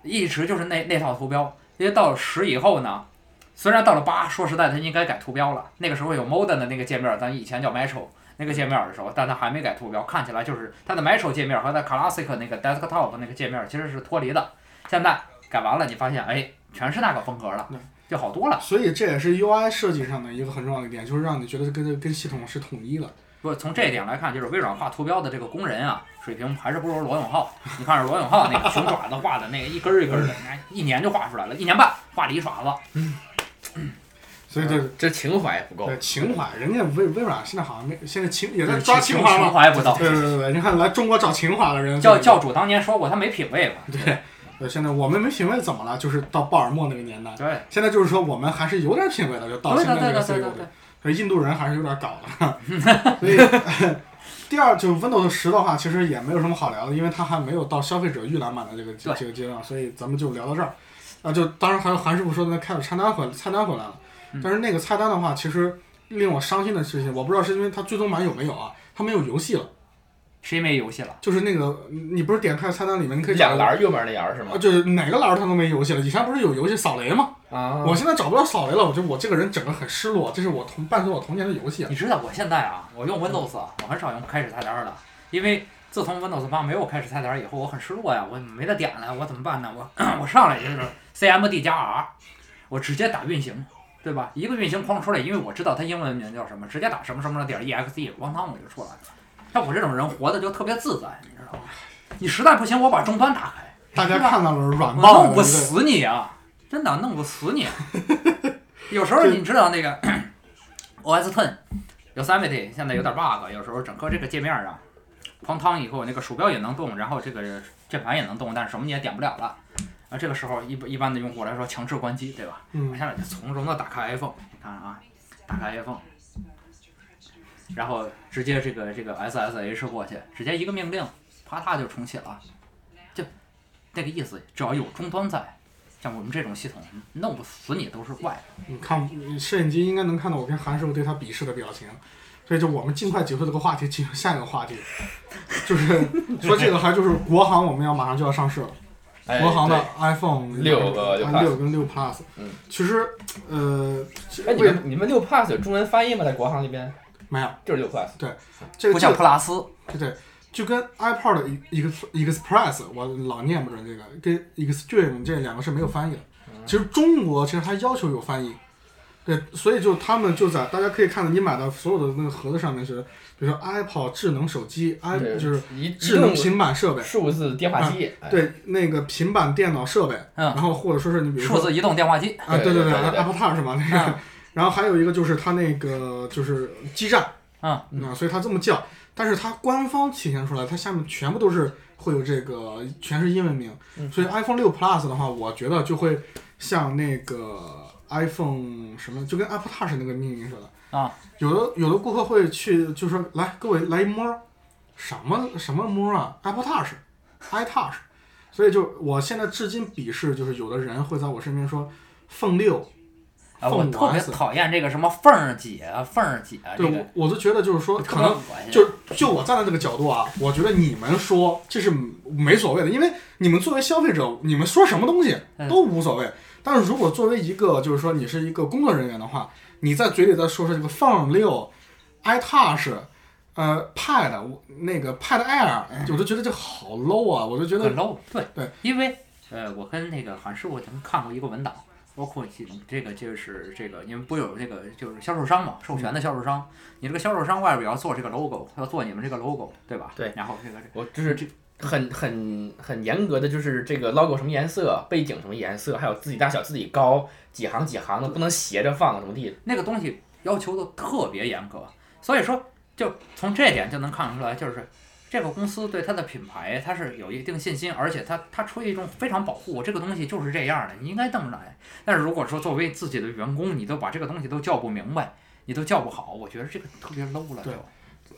一直就是那那套图标。因为到了十以后呢，虽然到了八，说实在它应该改图标了。那个时候有 Modem 的那个界面，咱以前叫 Metro 那个界面的时候，但它还没改图标，看起来就是它的 Metro 界面和它 Classic 那个 Desktop 那个界面其实是脱离的。现在改完了，你发现哎，全是那个风格了对，就好多了。所以这也是 UI 设计上的一个很重要的一点，就是让你觉得跟跟系统是统一的。不，从这一点来看，就是微软画图标的这个工人啊，水平还是不如罗永浩。你看罗永浩那个熊爪子画的那个一根儿一根儿的，那一年就画出来了，一年半画了一爪子。所以这嗯这情怀不够对，情怀，人家微微软现在好像没，现在情也在对抓情情怀情嘛。怀不到。对对对对，你看来中国找情怀的人教教主当年说过他没品位嘛。对。对，现在我们没品位怎么了？就是到鲍尔默那个年代，对，现在就是说我们还是有点品位的，就到对现的在对这个的 C 对罗的的对。所以印度人还是有点搞的。 所以第二就是 Windows 十的话，其实也没有什么好聊的，因为它还没有到消费者预览版的这个对这个阶段，所以咱们就聊到这儿。啊，就当然还有韩师傅说的那开始菜单回菜单回来了嗯，但是那个菜单的话，其实令我伤心的事情，我不知道是因为它最终版有没有啊，它没有游戏了，是因为游戏了。就是那个你不是点开菜单里面你可以两找栏儿右面那栏儿是吗啊，？就是哪个栏儿它都没游戏了。以前不是有游戏扫雷吗？啊我现在找不到扫雷了，我就我这个人整个很失落，这是我童伴随我童年的游戏啊。你知道我现在啊，我用 Windows，啊我很少用开始菜单了，因为自从 Windows 八没有开始菜单以后，我很失落呀，我没得点了，我怎么办呢？我 我上来就是 CMD 加 R，我直接打运行，对吧？一个运行框出来，因为我知道它英文名叫什么，直接打什么什么点 E exe，咣当我就出来了。像我这种人活的就特别自在，你知道吗？你实在不行，我把终端打开。大家看到了软哦我爆弄的不对不对死你啊！真的弄不死你。有时候你知道那个 OS Ten Yosemite 现在有点 bug，有时候整个这个界面啊，哐当以后那个鼠标也能动，然后这个键盘也能动，但是什么你也点不了了。啊，这个时候一般一般的用户来说强制关机，对吧？我嗯，现在就从容的打开 iPhone，你看啊，打开 iPhone，然后直接这个这个 SSH 过去，直接一个命令，啪嗒就重启了，就那个意思。只要有终端在，像我们这种系统，弄不死你都是怪的。你看摄影机应该能看到我跟韩师傅对他鄙视的表情，所以就我们尽快结束这个话题，进入下一个话题，就是 说这个还就是国行我们要马上就要上市了，哎国行的对 iPhone 六个六啊 Plus 六跟六 Plus，嗯其实呃，哎，你为们你们六 plus 有中文翻译吗？在国行那边没有就是六 plus，这不个像普拉斯，对对，就跟 iPod Ex Express，我老念不准这个，跟 Extreme 这两个是没有翻译的。嗯其实中国其实它要求有翻译，对，所以就他们就在大家可以看到你买的所有的那个盒子上面是，比如说 Apple 智能手机，i 对就是移移智能动平板设备，数字电话机，哎对，那个平板电脑设备，嗯然后或者说是你比如数说字移动电话机，啊，对对对对对对嗯，Apple Touch 嘛那个， 然后还有一个就是它那个就是基站，嗯啊，所以它这么叫，但是它官方体现出来，它下面全部都是会有这个，全是英文名，嗯所以 iPhone 六 Plus 的话，我觉得就会像那个 iPhone 什么，就跟 Apple Touch 那个命名似的啊，有的有的顾客会去就说来各位来一摸，什么什么摸啊，Apple Touch，iTouch，所以就我现在至今鄙视就是有的人会在我身边说。凤六，啊，我凤特别 S 讨厌这个什么凤儿姐、啊凤儿姐这对个，我我就觉得就是说，可特别能恶心。就就我站在这个角度啊，我觉得你们说这是没所谓的，因为你们作为消费者，你们说什么东西嗯都无所谓。但是如果作为一个就是说你是一个工作人员的话，你在嘴里在说是这个 Phone 六、iTouch、呃 Pad 我那个 Pad Air，我就觉得这好 low 啊，我就觉嗯很得 low。对对，因为呃，我跟那个韩师傅咱们看过一个文档，包括系统这个就是这个，因为不有那个就是销售商嘛，授嗯权的销售商，你这个销售商外边要做这个 logo，要做你们这个 logo，对吧？对然后这个我就是这很很很严格的，就是这个 logo 什么颜色，背景什么颜色，还有字体大小、字体高，几行几行的，不能斜着放，怎么地？那个东西要求都特别严格，所以说就从这点就能看出来，就是这个公司对它的品牌它是有一定信心，而且它它出于一种非常保护，我这个东西就是这样的，你应该这么来。但是如果说作为自己的员工，你都把这个东西都叫不明白，你都叫不好，我觉得这个特别 low 了就对。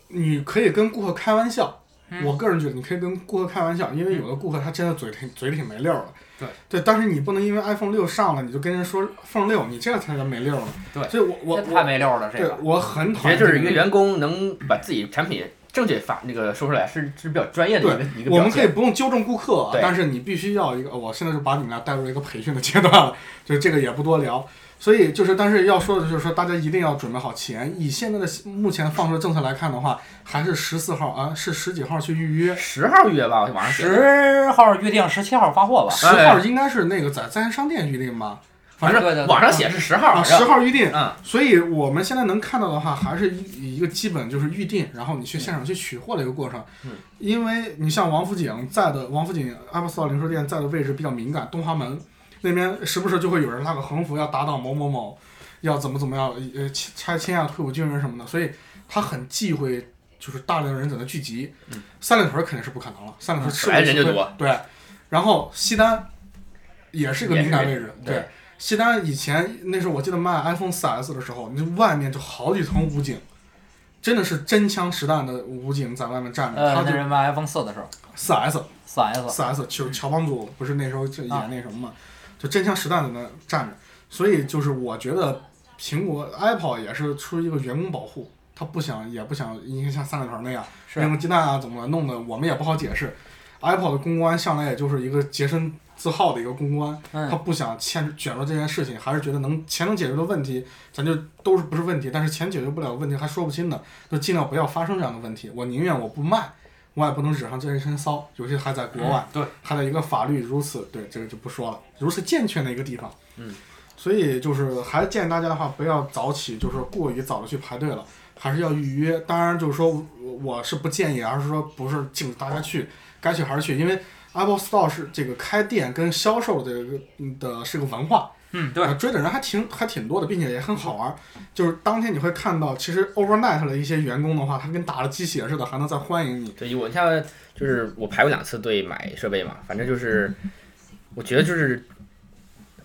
你可以跟顾客开玩笑。嗯我个人觉得你可以跟顾客开玩笑，因为有的顾客他真的嘴挺嘴挺没溜儿的。对对，但是你不能因为 iPhone 六上了，你就跟人说 iPhone 六，你这才叫没溜儿呢。对所以我我这太我没溜儿了，这对个我很觉讨得厌就这是一种个员工能把自己产品正确发那个说出来，是是比较专业的一个一个我表们可以现。不用纠正顾客，啊对，但是你必须要一个，呃我现在就把你们俩带入一个培训的阶段了， 就这个也不多聊。所以就是，但是要说的就是说，大家一定要准备好钱。以现在的目前放出的政策来看的话，还是十四号啊，是十几号去预约，十号预约吧，网上写的十号预定，十七号发哦货吧。十哎号应该是那个在在线商店预定吧，反对对正对网上写是十啊，号，然后十号预定。嗯，所以我们现在能看到的话，还是以一个基本就是预定，然后你去现场去取货的一个过程。嗯，因为你像王府井在的王府井 Apple Store 零售店在的位置比较敏感，东华门那边时不时就会有人拉个横幅要打倒某某某，要怎么怎么样，呃，拆迁啊、退伍军人什么的，所以他很忌讳就是大量人在那聚集。嗯三里屯肯定是不可能了，三里屯吃本来人就亏多对，然后西单也是一个也敏是感这位置，对对。西单以前那时候我记得卖 iPhone 4S 的时候，那外面就好几层武警，真的是真枪实弹的武警在外面站着。呃，他那就人卖 iPhone 四的时候， 4S 四 S。 4S 乔乔帮主不是那时候就啊演那什么嘛，就真枪实弹在那站着。所以就是我觉得苹果 Apple 也是出于一个员工保护，他不想也不想因为像三里屯那样是扔个鸡蛋啊怎么了弄的，我们也不好解释。Apple 的公关向来也就是一个洁身自好的一个公关。他嗯，不想牵卷入这件事情，还是觉得能钱能解决的问题，咱就都是不是问题。但是钱解决不了的问题还说不清呢，就尽量不要发生这样的问题。我宁愿我不卖，我也不能惹上这一身骚。尤其还在国外，嗯对，还在一个法律如此对这个就不说了，如此健全的一个地方。嗯，所以就是还建议大家的话，不要早起，就是过于早的去排队了，还是要预约。当然就是说我我是不建议，而是说不是禁止大家去，该去还是去，因为。Apple Store 是这个开店跟销售的这个嗯的是个文化，嗯，对，啊追的人还挺还挺多的，并且也很好玩儿。就是当天你会看到，其实 overnight 的一些员工的话，他跟打了鸡血似的，还能再欢迎你。对，我像就是我排过两次队买设备嘛，反正就是我觉得就是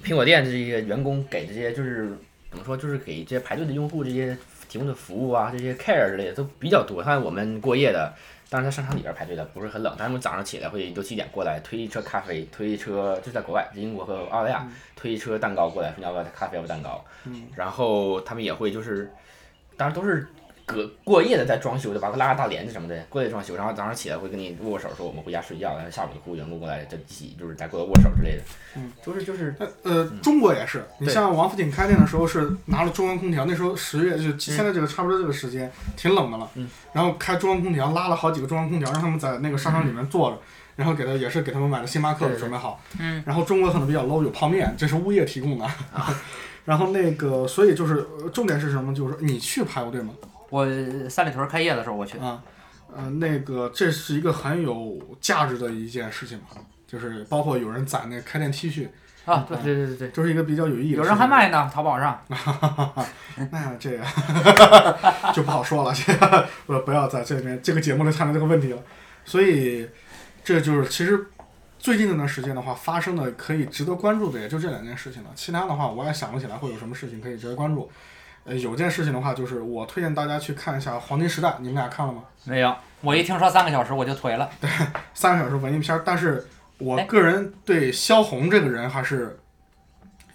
苹果店这些员工给这些就是怎么说，就是给这些排队的用户这些提供的服务啊，这些 care 之类的都比较多。像我们过夜的，当然在商场里边排队的不是很冷，但他们早上起来会六七点过来推一车咖啡，推一车就在国外，英国和澳大利亚嗯推一车蛋糕过来，说你要不要咖啡，要不要蛋糕。嗯，然后他们也会就是，当然都是隔过夜的在装修的吧，拉个大帘子什么的，过夜装修，然后早上起来会跟你握握手，说我们回家睡觉，然后下午就雇员工过来，就一起就是再过来握手之类的，嗯，就是就是呃呃，中国也是，你嗯对像王府井开店的时候是拿了中央空调，那时候十月就现在这个差不多这个时间，挺冷的了。嗯。然后开中央空调，拉了好几个中央空调，让他们在那个商场里面坐着。然后给他也是给他们买的星巴克对对准备好，嗯，然后中国可能比较 low 有泡面，这是物业提供的，啊 然后那个所以就是呃重点是什么？就是你去排过队吗？我三里屯开业的时候我去，啊，呃，那个这是一个很有价值的一件事情嘛，就是包括有人攒那开店 T 恤，啊，对，对对对对，这是一个比较有意义的事情。有人还卖呢，淘宝上。那这个 就不好说了，这个我不要在这边这个节目里谈论这个问题了。所以这就是其实最近这段时间的话，发生的可以值得关注的也就这两件事情了。其他的话，我也想不起来会有什么事情可以值得关注。呃，有件事情的话，就是我推荐大家去看一下《黄金时代》，你们俩看了吗？没有，我一听说三个小时我就颓了。三个小时文艺片儿，但是我哎个人对萧红这个人还是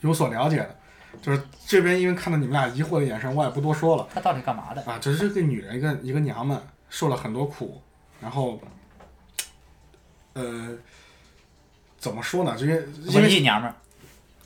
有所了解的。就是这边因为看到你们俩疑惑的眼神，我也不多说了。他到底干嘛的？啊，只是这个女人，一个一个娘们，受了很多苦，然后，呃，怎么说呢？因为因文为艺娘们儿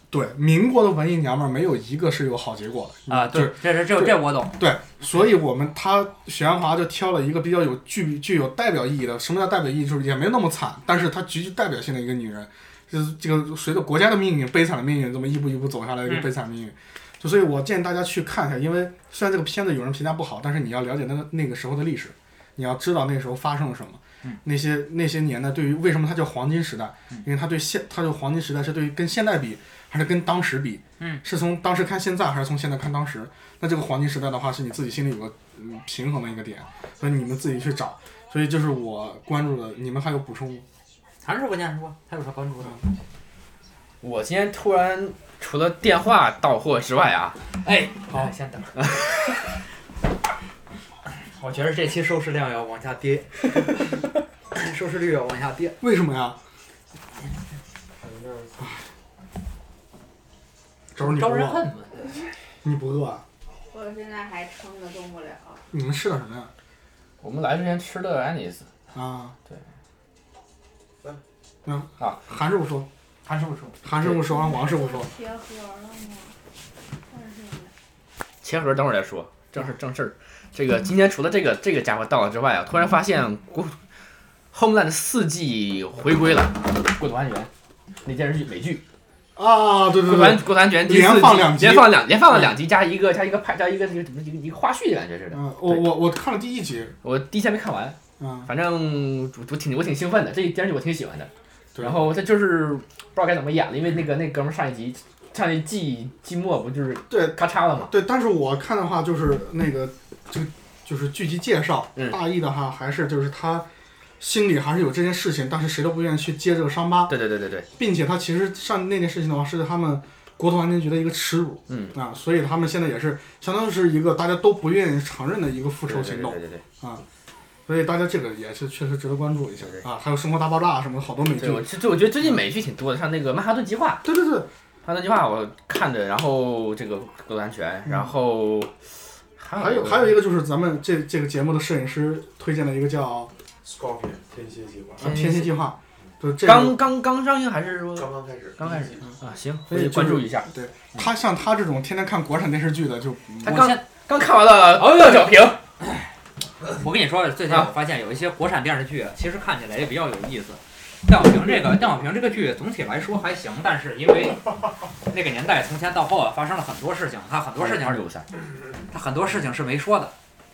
对民国的文艺娘们儿没有一个是有好结果的啊，就是对，这是这这我懂。嗯对，所以我们他许鞍华就挑了一个比较有具具有代表意义的。什么叫代表意义？就是也没那么惨，但是她极具代表性的一个女人，就是这个随着国家的命运、悲惨的命运，这么一步一步走下来的一个嗯悲惨命运。就所以，我建议大家去看一下，因为虽然这个片子有人评价不好，但是你要了解那个那个时候的历史，你要知道那时候发生了什么。嗯那些那些年呢，对于为什么它叫黄金时代？因为它对现，它就黄金时代是对于跟现代比，还是跟当时比？嗯，是从当时看现在，还是从现在看当时？那这个黄金时代的话，是你自己心里有个嗯平衡的一个点，所以你们自己去找。所以就是我关注的，你们还有补充吗？常识关键说，他有啥关注的？我今天突然除了电话到货之外啊，哎，好，先等。 我觉得这期收视量要往下跌， 收视率要往下跌。为什么呀？周儿你不招人饿？恨嘛。你不饿？啊？我现在还撑着动不了。你们吃的什么呀？我们来之前吃的安妮斯，啊，对，嗯嗯啊，韩师傅说，韩师傅说，韩师傅说，完王师傅说， 切盒了吗？但是切盒等会儿再说，正事儿正事儿。这个今天除了这个这个家伙到了之外啊，突然发现国 Homeland 四季回归了，《过度安全》那电视剧美剧，啊，对《对过度安对，过度安全》第四季连放两集连放两连放了两集，加一个加一个拍加一个这个什么一个一个话絮的感觉似的。嗯，我我我看了第一集，我第一天没看完，嗯，反正我我挺我挺兴奋的，这电视剧我挺喜欢的。对然后他就是不知道该怎么演了，因为那个那哥们儿上一集上一季季末不就是对咔嚓了嘛？对，但是我看的话就是那个这个就是剧集介绍，嗯大意的话还是就是他心里还是有这件事情，但是谁都不愿意去揭这个伤疤，对对对对对，并且他其实上那件事情的话是他们国土安全局的一个耻辱，嗯啊，所以他们现在也是相当于是一个大家都不愿意承认的一个复仇行动对。对对所以大家这个也是确实值得关注一下对啊，还有《生活大爆炸》什么的，好多美对剧对，。我其实我觉得最近美剧挺多的，像那个《曼哈顿计划》，《对对对，曼哈顿计划》我看的，然后这个《过度安全》，然后还嗯还有还有一个就是咱们这这个节目的摄影师推荐了一个叫 Scorpion 天蝎计划嗯《天蝎计划》，就是这个刚刚刚上映还是说刚刚开始，嗯刚开始第一季啊？行，所回以去就是关注一下。他像他这种天天看国产电视剧的，就他我刚现刚看完了《恶小平》，我跟你说，最近我发现有一些国产电视剧，啊其实看起来也比较有意思。邓小平这个邓小平这个剧总体来说还行，但是因为那个年代从前到后啊发生了很多事情，它很多事情二是六三，它很多事情是没说的，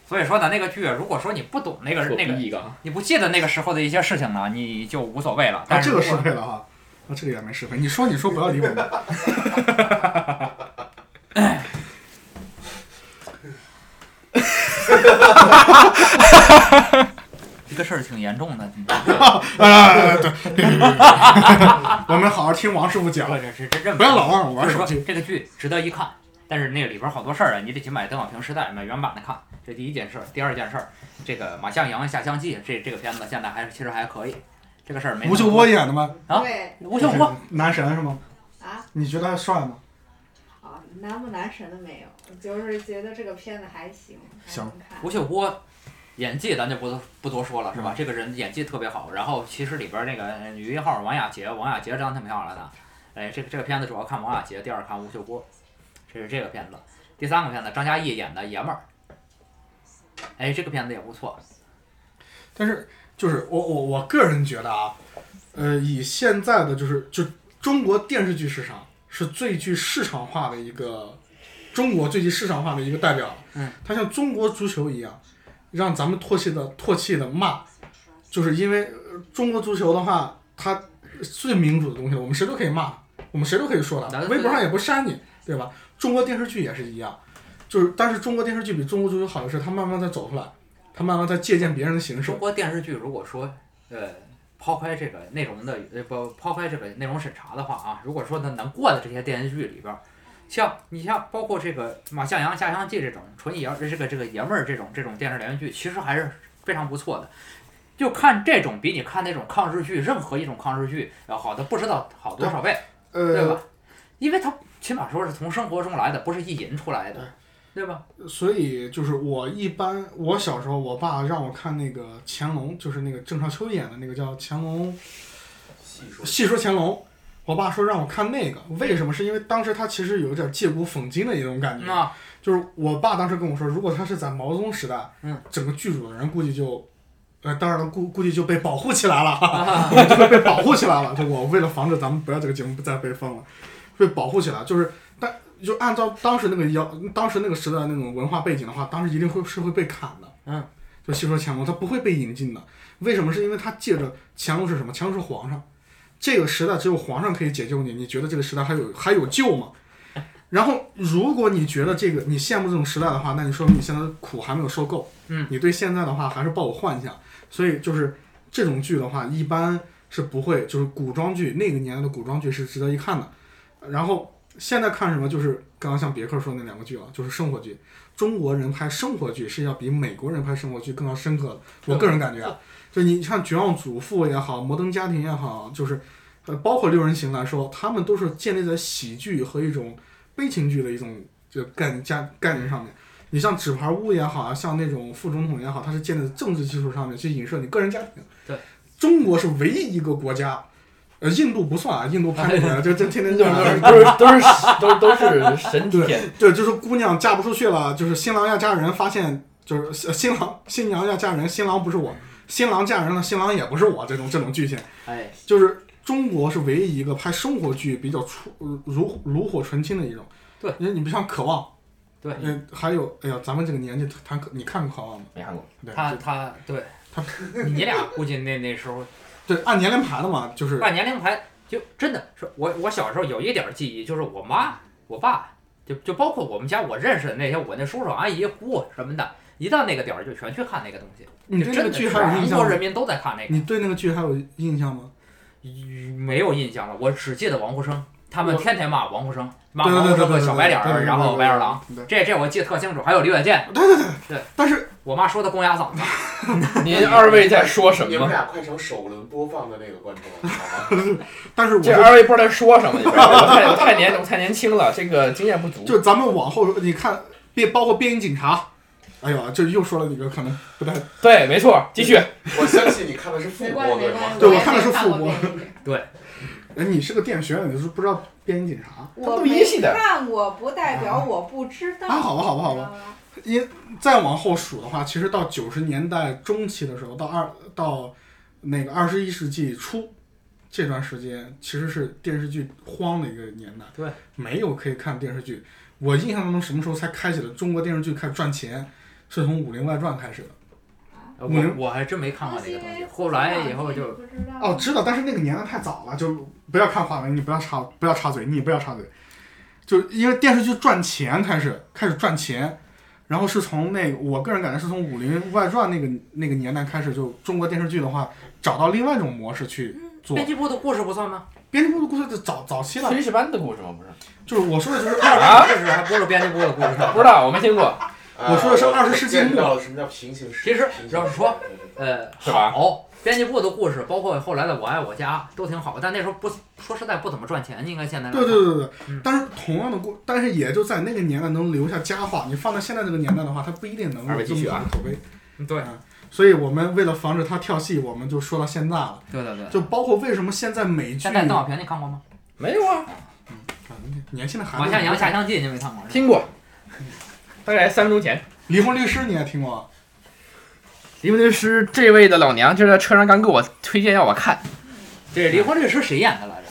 所以说呢，那个剧如果说你不懂那个我那个逼一个啊。你不记得那个时候的一些事情呢，你就无所谓了。啊但是这个如适果配了哈，啊这个也没适配。你说你说不要理我们，这个事儿挺严重的，你啊对，我们好好听王师傅讲，这是真认不要老忘了就玩是手说机。这个剧值得一看，但是那个里边好多事儿啊，你得去买邓小平时代买原版的看，这第一件事儿。第二件事儿，这个马向阳下乡记这这个片子现在还其实还可以，这个事儿没那吴么秀波演的吗？啊对多，吴秀波，男神是吗？啊你觉得他帅吗？啊，难不难神的没有，我就是觉得这个片子还行，还行能看。吴秀波。演技咱就不多不多说了，是吧？这个人演技特别好。然后其实里边那个女一号王雅洁，王雅洁长得挺漂亮的。哎，这个这个片子主要看王雅洁，第二看吴秀波，这是这个片子。第三个片子张嘉译演的《爷们儿》，哎，这个片子也不错。但是就是我我我个人觉得啊，呃，以现在的就是就中国电视剧市场是最具市场化的一个中国最具市场化的一个代表了。嗯，它像中国足球一样，让咱们唾弃的唾弃的骂，就是因为呃中国足球的话，它最民主的东西了，我们谁都可以骂，我们谁都可以说咱的，微博上也不删你，对吧？中国电视剧也是一样，就是但是中国电视剧比中国足球好的是，它慢慢在走出来。它慢慢在借鉴别人的形式中，国电视剧如果说，呃，抛开这个内容的，呃，不抛开这个内容审查的话啊，如果说它能过的这些电视剧里边儿，像你像包括这个《马向阳下乡记》这种纯爷这个这个爷们儿这种这种电视连续剧，其实还是非常不错的。就看这种比你看那种抗日剧，任何一种抗日剧要好的不知道好多少倍，对呃吧，？因为它起码说是从生活中来的，不是意淫出来的，对吧？呃所以就是我一般，我小时候我爸让我看那个乾隆，就是那个郑少秋演的那个叫《乾隆细说细说乾隆》，我爸说让我看那个，为什么？是因为当时他其实有一点借古讽今的一种感觉，那就是我爸当时跟我说，如果他是在毛泽东时代，嗯，整个剧组的人估计就，呃，当然了，估估计就被保护起啊来了，我们就会被保护起来了。就我为了防止咱们不要这个节目再被封了，被保护起来，就是但就按照当时那个要当时那个时代那种文化背景的话，当时一定会是会被砍的，嗯，就戏说乾隆，他不会被引进的。为什么？是因为他借着乾隆是什么？乾隆是皇上，这个时代只有皇上可以解救你。你觉得这个时代还有还有救吗？然后，如果你觉得这个你羡慕这种时代的话，那你说明你现在的苦还没有受够。嗯，你对现在的话还是抱有幻想。所以就是这种剧的话，一般是不会，就是古装剧那个年代的古装剧是值得一看的。然后现在看什么，就是刚刚像别克说那两个剧了，就是生活剧。中国人拍生活剧是要比美国人拍生活剧更要深刻的，我个人感觉啊，就你看《绝望主妇》也好，《摩登家庭》也好，就是呃，包括《六人行》来说，他们都是建立在喜剧和一种悲情剧的一种就概念加概念上面。你像《纸牌屋》也好啊，像那种副总统也好，它是建立在政治基础上面去影射你个人家庭。对，中国是唯一一个国家，呃，印度不算啊，印度拍那个就就天天就是都是都是都都是神级片，对，就是姑娘嫁不出去了，就是新郎要嫁人，发现就是呃新郎新娘要嫁人，新郎不是我，新郎嫁人了，新郎也不是我，这种这种剧情，哎，就是中国是唯一一个拍生活剧比较出炉炉火纯青的一种。对，因为你不像《渴望》，对嗯，还有，哎呀，咱们这个年纪谈渴，你看过《渴望》吗？没看过。对，他就他对他，你俩估计那那时候对，按年龄排的嘛，就是按年龄排，就真的是我我小时候有一点记忆，就是我妈我爸，就就包括我们家我认识的那些我那叔叔阿姨姑姑什么的，一到那个点儿就全去看那个东西。你就对真那个的剧是还有印全象国吗人？民都在看那个你，对那个剧还有印象吗？嗯没有印象了，我只记得王沪生，他们我天天骂王沪生，骂对王对沪对对生和对，小白脸对儿，然后白眼狼。。对对对对这这我记得特清楚，还有李远健，但是我妈说他公鸭嗓子，您二位在说什你们么？俩快成首轮播放的那个观众了，好吗？但是我这是二位不知道在说什么，你知道吗？我太我太年我太年轻了，这个经验不足。就咱们往后你看，变包括便衣警察，哎呀，这又说了几个可能不太对，没错，继续。我相信你看的是复没播关系，没对吗关？系。对也我看的是看过复播电影哎，你是个电影学院的，你是不知道便衣警察？我都一没系的看过，不代表我不知道。啊好吧好吧好吧知道吗。再往后数的话，其实到九十年代中期的时候，到二到那个二十一世纪初这段时间，其实是电视剧荒的一个年代。对，没有可以看电视剧。我印象当中，什么时候才开始的中国电视剧开始赚钱？是从《武林外传》开始的。我我我还真没看过那个东西。后来以后就不知道哦，知道，但是那个年代太早了，就不要看华文，你不要插，不要插嘴，你不要插嘴，就因为电视剧赚钱开始开始赚钱，然后是从那个，我个人感觉是从《武林外传》那个那个年代开始，就中国电视剧的话，找到另外一种模式去做编。辑部的故事不算吗？编辑部的故事就早早期了，炊事班的故事吗？不是就是我说的就是二，啊，这是还不是编辑部的故事。不知道，我没听过，啊我说的是20世纪末我见识到了什么叫平行世其实平行世界要是说 呃，是吧好，编辑部的故事，包括后来的《我爱我家》都挺好，但那时候不说实在不怎么赚钱，应该现在来对对看对对对嗯。但是同样的故，但是也就在那个年代能留下佳话，你放在现在这个年代的话，它不一定能二有位这继么续好啊的口碑。嗯对所以我们为了防止它跳戏，我们就说到现在了。对对对就包括为什么现在美剧，现在邓小平你看过吗？没有啊，年轻的孩子，往下扬下乡记你没看过？是吧听过，大概三分钟前。离婚律师你也听过？因为这是这位的老娘，就在车上刚给我推荐要我看，这离婚律师谁演的来着？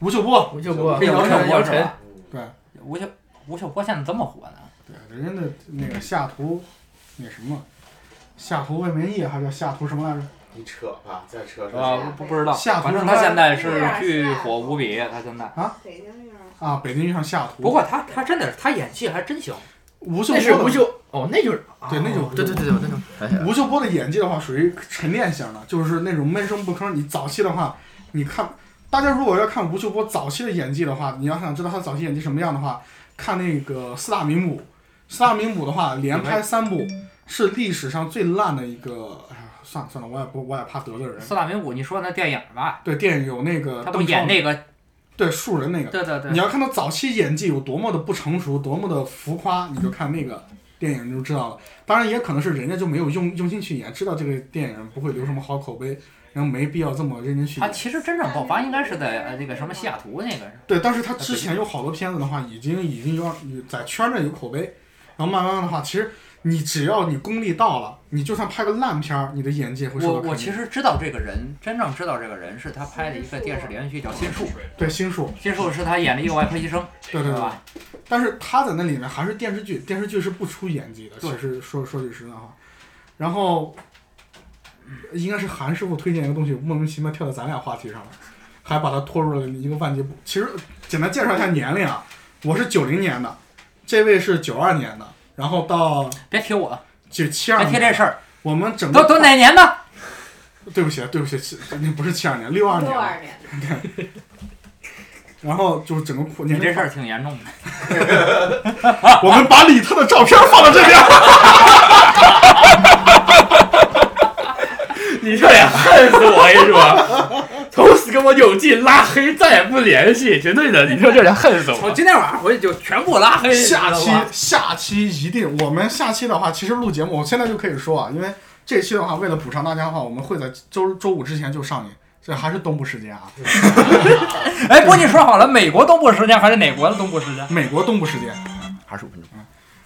吴秀波，我就播是姚晨姚是晨，吧？嗯吴秀吴秀波现在这么火呢？对，啊人家的那个下图，那什么，下图为民意还是叫下图什么来着？你扯吧，再扯扯。啊不不知道下反正头他是现在是巨火无比，他现在。北京院儿啊，北京遇上下图。不过他他真的是他演技还真行，吴秀那是吴波的，秀，哦，那就是，对那就是对对对对，我那种，想起来了吴秀波的演技的话，属于沉淀型的，就是那种闷声不吭。你早期的话，你看，大家如果要看吴秀波早期的演技的话，你要想知道他早期演技什么样的话，看那个四大名捕。四大名捕的话，连拍三部，是历史上最烂的一个。哎呀，算了算了，我也不，我也怕得罪人。四大名捕，你说那电影吧，对，电影有那个他不邓超演那个，对树人那个，对对对你，要看他早期演技有多么的不成熟，多么的浮夸，你就看那个电影就知道了。当然，也可能是人家就没有用用心去演，知道这个电影不会留什么好口碑，然后没必要这么认真去他演。其实真正爆发应该是在呃那个什么西雅图那个，对，但是他之前有好多片子的话，已经已经有在圈内有口碑，然后慢慢的话，其实你只要你功力到了，你就算拍个烂片儿，你的演技也会受我到肯定。我其实知道这个人，真正知道这个人是他拍的一个电视连续剧叫《心术》，对心术， 《心术》是他演的一个外科医生，对对是对。吧？但是他在那里面还是电视剧，电视剧是不出演技的。对其实说说句实在话，然后应该是韩师傅推荐一个东西，莫名其妙跳到咱俩话题上了，还把它拖入了一个万劫不。其实简单介绍一下年龄啊，我是九零年的，这位是九二年的，然后到别提我，九七二别年，提这事儿，我们整个哎都都哪年的？对不起啊，对不起，七那不是七二年，六二六年的。二年的，然然后就是整个库，你年这龄事儿挺严重的。我们把李特的照片放到这边。你这也恨死我！我跟你说，从此跟我有劲拉黑，再也不联系，绝对的！你说这人恨死我我。今天晚上回去就全部拉黑。下你期知道吗下期一定，我们下期的话，其实录节目，我现在就可以说啊，因为这期的话，为了补偿大家的话，我们会在周周五之前就上映，这还是东部时间 啊，哎，不过你说好了，美国东部时间还是哪国的东部时间？美国东部时间。二十五分钟，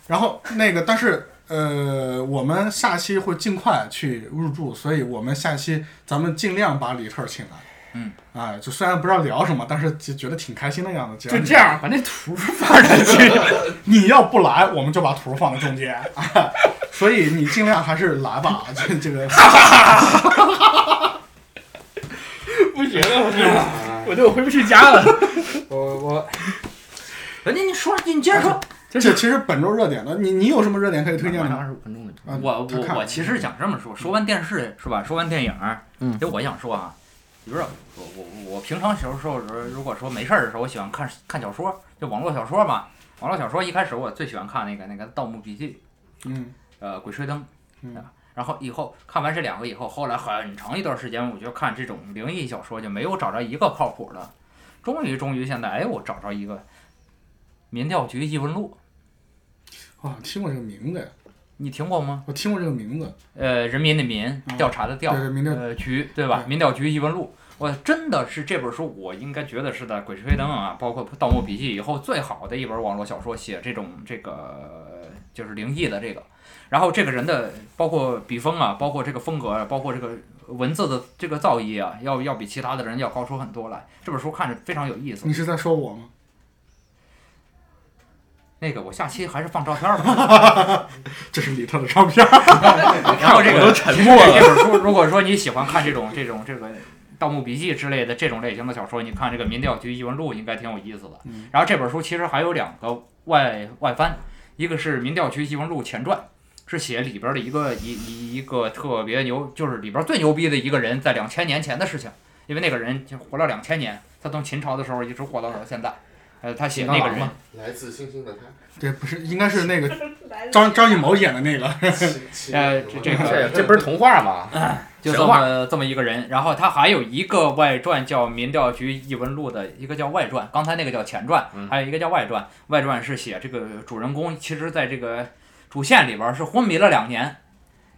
然后那个，但是呃，我们下期会尽快去入驻，所以我们下期咱们尽量把李特请来。嗯，哎，就虽然不知道聊什么，但是就觉得挺开心的样子。只要就你这，样把那图发上去。你要不来，我们就把图放在中间。 哎所以你尽量还是来吧，这这个。不行了，我这啊我这我回不去家了。我我，人家你说你接着说。这其实本周热点的，你你有什么热点可以推荐的吗？二十五分钟的图啊我他我看我其实想这么说，说完电视是吧？说完电影，嗯其实我想说啊，你知道，我我我平常小时候如果说没事儿的时候，我喜欢看看小说，就网络小说嘛。网络小说一开始我最喜欢看那个那个《盗墓笔记》，嗯呃，《鬼吹灯》，嗯然后以后看完这两个以后，后来很长一段时间，我就看这种灵异小说，就没有找着一个靠谱的。终于，终于，现在哎，我找着一个《民调局异闻录》，啊，听过这个名字呀，你听过吗？我听过这个名字。呃，人民的民，嗯调查的调对，对，名字呃局对吧？对民调局异闻录，我真的是这本书，我应该觉得是在《鬼吹灯》啊，包括《盗墓笔记》以后最好的一本网络小说，写这种这个就是灵异的这个。然后这个人的包括笔锋啊，包括这个风格啊，包括这个文字的这个造诣啊，要要比其他的人要高出很多来。这本书看着非常有意思你。是在说我吗？那个我下期还是放照片吧。这是李特的照片。然后这个哎我都沉默了这本书，如果说你喜欢看这种这种这个《盗墓笔记》之类的这种类型的小说，你看这个《民调局异闻录》应该挺有意思的。嗯然后这本书其实还有两个外外翻，一个是《民调局异闻录前传》，是写里边的一个一一一个特别牛，就是里边最牛逼的一个人在两千年前的事情，因为那个人就活了两千年，他从秦朝的时候一直活到了现在。呃，他写那个人，来自星星的他，对，不是，应该是那个来自张张艺谋演的那个。亲亲呃哎什么这的这这不是童话吗？就神这话么这么一个人。然后他还有一个外传叫《民调局异闻录》的一个叫外传，刚才那个叫前传嗯，还有一个叫外传。外传是写这个主人公其实在这个主线里边是昏迷了两年。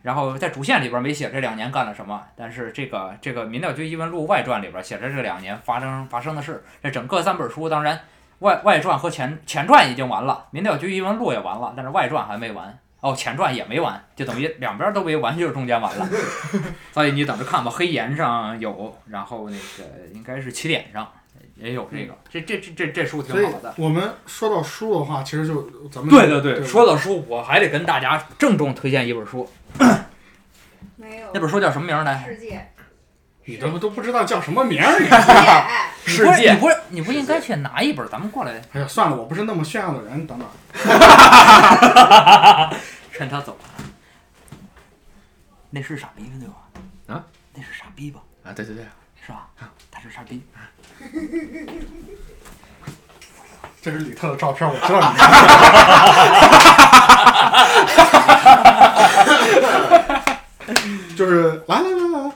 然后在主线里边没写这两年干了什么，但是这个这个《民调局异闻录外传》里边写着这两年发生发生的事。这整个三本书，当然外外传和前前传已经完了，《民调局异闻录》也完了，但是外传还没完。哦，前传也没完，就等于两边都没完，就是中间完了。 所以你等着看吧，黑岩上有，然后那个应该是起点上也有这个，这这这这这书挺嗯所以好的。我们说到书的话，其实就咱们对对对，对，说到书，我还得跟大家郑重推荐一本书，没有那本书叫什么名儿呢？世界，你这都不知道叫什么名儿。世界，你不是你不是你不应该去拿一本，咱们过来哎呀，算了，我不是那么炫耀的人。等等，趁他走。啊那是傻逼对吧？啊，那是傻逼吧？啊，对对对，是吧？他是傻逼。这是李特的照片，我知道你。 就是来来来来来，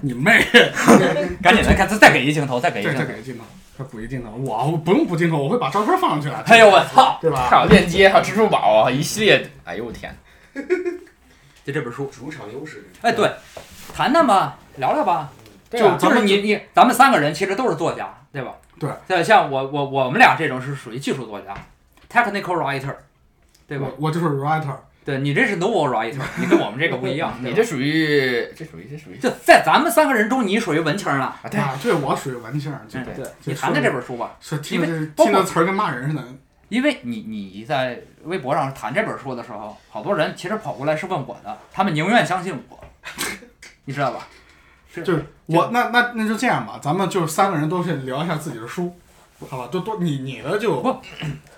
你妹！赶紧的，看再再给一镜头，再给一对，镜再头。给镜头，再补一镜头。我我不用补镜头，我会把照片放上去的。哎呦我操！对吧？还有链接，还有支付宝啊，一系列。哎呦我天！就这本书，主场优势，哎对，谈谈吧，聊聊吧。对就啊，就是你你咱们三个人其实都是作家，对吧？对。像像我我我们俩这种是属于技术作家，technical writer，对吧？啊我我就是 writer，对你这是 novel writer，你跟我们这个不一样。 对吧你这属于这属于这属于就在咱们三个人中，你属于文青了。啊，对啊，对我属于文青，就嗯对对，你谈谈这本书吧。是听因着包括听着词儿跟骂人似的。因为你你在微博上谈这本书的时候，好多人其实跑过来是问我的，他们宁愿相信我， 你知道吧？就是我那那那就这样吧，咱们就三个人都是聊一下自己的书，好吧？都都你你的就不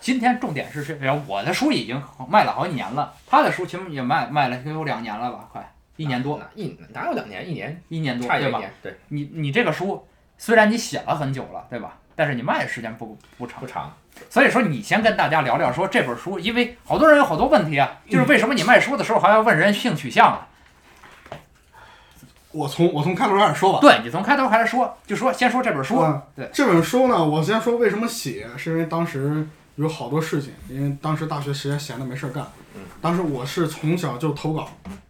今天重点是这样，我的书已经卖了好几年了，他的书其实也卖卖了有两年了吧，快一年多，哪一哪有两年，一年啊一年多差一对吧？年，对，你你这个书虽然你写了很久了，对吧？但是你卖的时间不不长不，长。所以说你先跟大家聊聊说这本书，因为好多人有好多问题啊，就是为什么你卖书的时候还要问人性取向啊？我从我从开头开始说吧。对你从开头开始说，就说先说这本书，嗯对这本书呢，我先说为什么写，是因为当时有好多事情，因为当时大学实在闲的没事儿干嗯。当时我是从小就投稿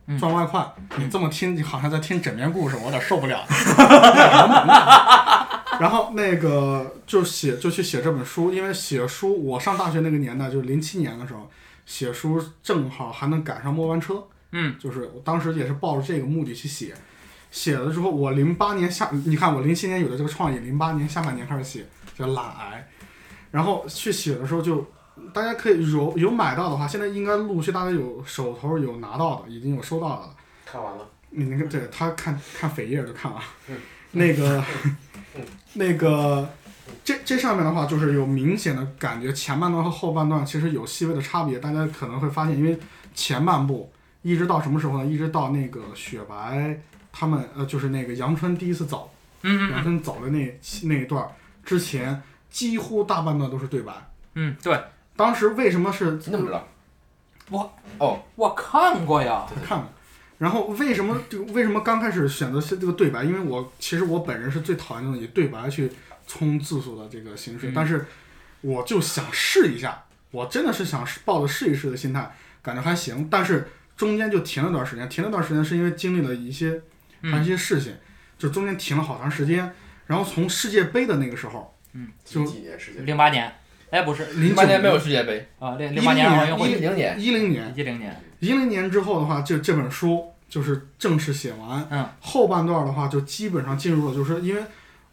嗯赚外快，你这么听，你好像在听枕边故事，我有点受 不了。然后那个就写就去写这本书，因为写书，我上大学那个年代就是零七年的时候，写书正好还能赶上末班车，嗯，就是我当时也是抱着这个目的去写，写了之后，我零八年下，你看我零七年有的这个创意，零八年下半年开始写，叫懒癌，然后去写的时候就，大家可以有有买到的话，现在应该陆续大家有手头有拿到的，已经有收到的了。看完了，你那个对他看看扉页就看完了，那个那个这这上面的话就是有明显的感觉，前半段和后半段其实有细微的差别，大家可能会发现，因为前半部一直到什么时候呢？一直到那个雪白他们呃，就是那个杨春第一次走，嗯杨嗯春走的那那一段儿之前，几乎大半段都是对白。嗯，对当时为什么是你怎么知道？我看过呀，看看。然后为什么这个为什么刚开始选择是这个对白？因为我其实我本人是最讨厌那种以对白去冲字数的这个形式，嗯但是我就想试一下，我真的是想试抱着试一试的心态，感觉还行。但是中间就停了段时间，停了段时间是因为经历了一些还有一嗯些事情，就中间停了好长时间。然后从世界杯的那个时候，就几年时间，零八年，哎不是零零九八年没有世界杯，啊零零八年奥运一会，零年一零年，一零年，一零年之后的话，就这本书就是正式写完。嗯，后半段的话就基本上进入了，就是因为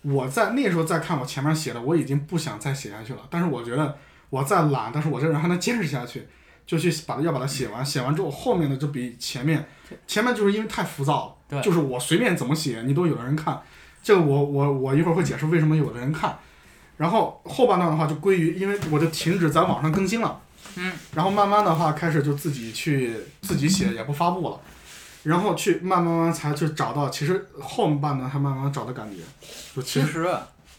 我在那时候再看我前面写的，我已经不想再写下去了。但是我觉得我再懒，但是我这人还能坚持下去，就去把它要把它写嗯完。写完之后，后面的就比前面前面就是因为太浮躁对了，就是我随便怎么写你都有人看。这个我我我一会儿会解释为什么有的人看。然后后半段的话就归于，因为我就停止在网上更新了。嗯，然后慢慢的话开始就自己去自己写，也不发布了，然后去慢慢慢慢才去找到，其实后半段还慢慢找的感觉，就其其实实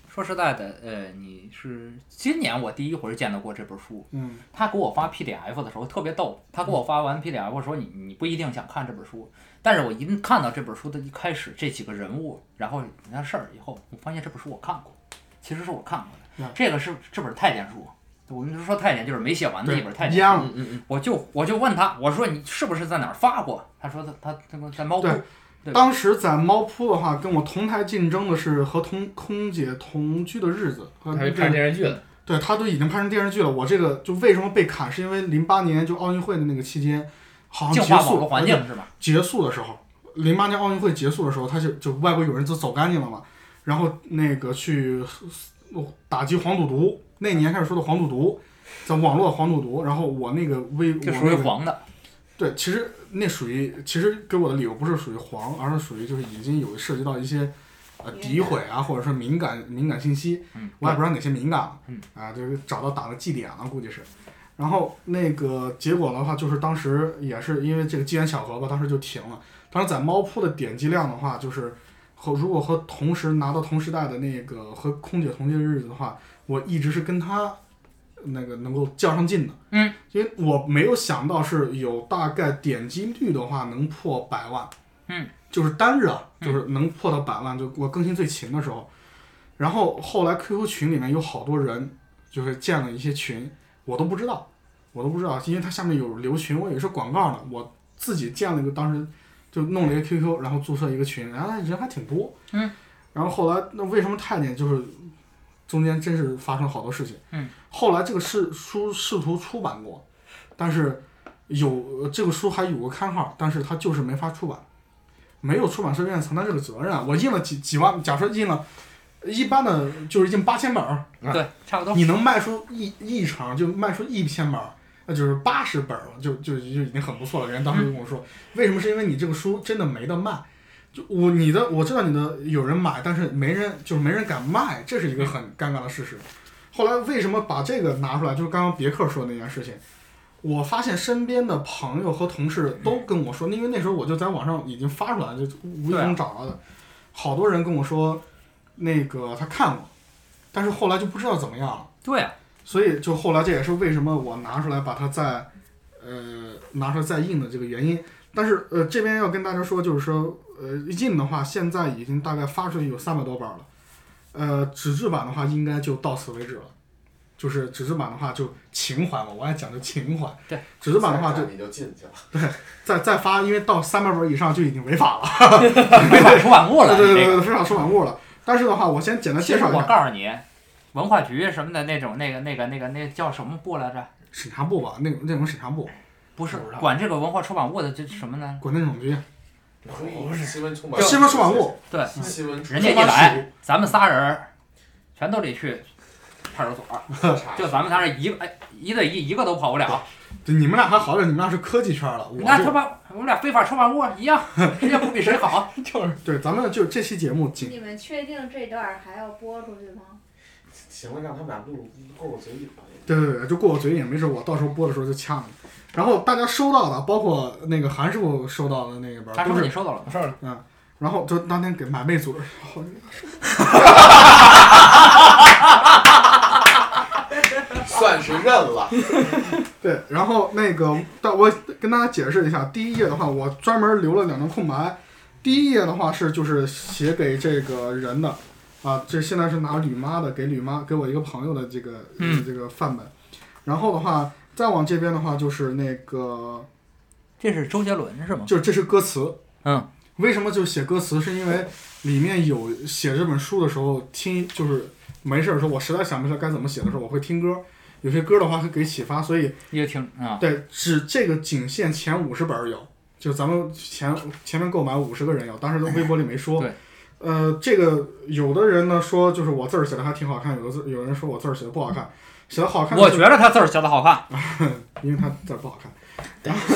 说实在的，呃，你是今年我第一回见到过这本书，嗯他给我发 PDF 的时候特别逗，他给我发完 PDF 说你你不一定想看这本书，但是我一看到这本书的一开始这几个人物，然后你那事儿以后，我发现这本书我看过，其实是我看过的嗯，这个是这本太监书。我们就说太监就是没写完的一本太一监，样，嗯嗯嗯，我就我就问他，我说你是不是在哪儿发过？他说他他他在猫扑，对对当时在猫扑的话，跟我同台竞争的是和同空姐同居的日子，和他还这看个电视剧了，对他都已经拍成电视剧了。我这个就为什么被砍，是因为零八年就奥运会的那个期间，好像净结化网束络环境是吧？结束的时候，零八年奥运会结束的时候，他就就外国有人就走干净了嘛，然后那个去呃打击黄赌毒，那年开始说的黄赌毒，在网络黄赌毒，然后我那个微我这属于那个黄的，对，其实那属于其实给我的理由不是属于黄，而是属于就是已经有涉及到一些。呃，诋毁啊，或者说敏感敏感信息，嗯，我也不知道哪些敏感了，嗯啊，就是找到打的祭点了，估计是。然后那个结果的话，就是当时也是因为这个机缘巧合吧，当时就停了。当时在猫扑的点击量的话，就是和如果和同时拿到同时代的那个和空姐同居的日子的话，我一直是跟他那个能够较上劲的，嗯，因为我没有想到是有大概点击率的话能破百万，嗯，就是单日啊，嗯就是能破到百万，就我更新最勤的时候。然后后来 QQ 群里面有好多人，就是建了一些群，我都不知道，我都不知道，因为它下面有留群，我以为是广告呢，我自己建了一个，当时就弄了一个 QQ，然后注册一个群，然后人还挺多，嗯，然后后来那为什么太监就是中间真是发生好多事情，嗯，后来这个试书试图出版过，但是有呃这个书还有个刊号，但是它就是啊没法出版，没有出版社愿意承担这个责任，我印了几几万，假设印了。一般的就是印八千本儿，对，差不多。嗯你能卖出一一场就卖出一千本儿，那就是八十本儿了，就就就已经很不错了。人家当时就跟我嗯说，为什么？是因为你这个书真的没得卖。就我你的我知道你的有人买，但是没人就是没人敢卖，这是一个很尴尬的事实。后来为什么把这个拿出来？就是刚刚别克说的那件事情，我发现身边的朋友和同事都跟我说，因为那时候我就在网上已经发出来了，就无意嗯对啊中找到的，好多人跟我说，那个他看过，但是后来就不知道怎么样了。对啊，所以就后来这也是为什么我拿出来把它再，呃，拿出来再印的这个原因。但是呃，这边要跟大家说，就是说，呃，印的话现在已经大概发出去有三百多本了，呃，纸质版的话应该就到此为止了。就是纸质版的话，就情怀嘛，我爱讲究情怀。对，纸质版的话就你就进去了。再再发，因为到三百本以上就已经违法 了，没法出版物了。对对你对这对，个， 非常出版物了。但是的话，我先简单其介实绍一我下告诉你，文化局什么的那种，那个那个那个那个叫什么部来着？审查部吧，那种那种审查部，不是不知道管这个文化出版物的，这什么呢？国内总局，不是新闻出版，新闻出版物，对，新闻人家一来，咱们仨人儿全都得去派出所，就咱们仨人一个哎一对一，一个都跑不了。对你们俩还好点，你们俩是科技圈了，我那他就妈我们俩非法出版物 一样，谁也不比谁好。对，咱们就这期节目仅你们确定这段儿还要播出去吗？行了，让他们俩录够我嘴瘾吧。对对对，就过过嘴瘾，没事，我到时候播的时候就掐你。然后大家收到的，包括那个韩师傅收到的那个本他儿，说都你是，收到了吗？事儿然后就当天给买妹组，算是认了。对，然后那个，但我跟大家解释一下，第一页的话，我专门留了两张空白。第一页的话是就是写给这个人的，啊，这现在是拿吕妈的，给吕妈给我一个朋友的这个、嗯这个范本。然后的话，再往这边的话就是那个这是周杰伦是吗？就这是歌词。嗯，为什么就写歌词？是因为里面有写这本书的时候听，就是没事儿的时候，我实在想不出来该怎么写的时候，我会听歌。有些歌的话会给启发，所以你就听啊，对，只这个仅限前五十本儿有，就咱们前前面购买五十个人有，当时都微博里没说。哎对呃，这个有的人呢说就是我字儿写的还挺好看，有的字有人说我字儿写的不好看，写的好看的我是觉得他字儿写的好看。因为他字儿不好看。 然后，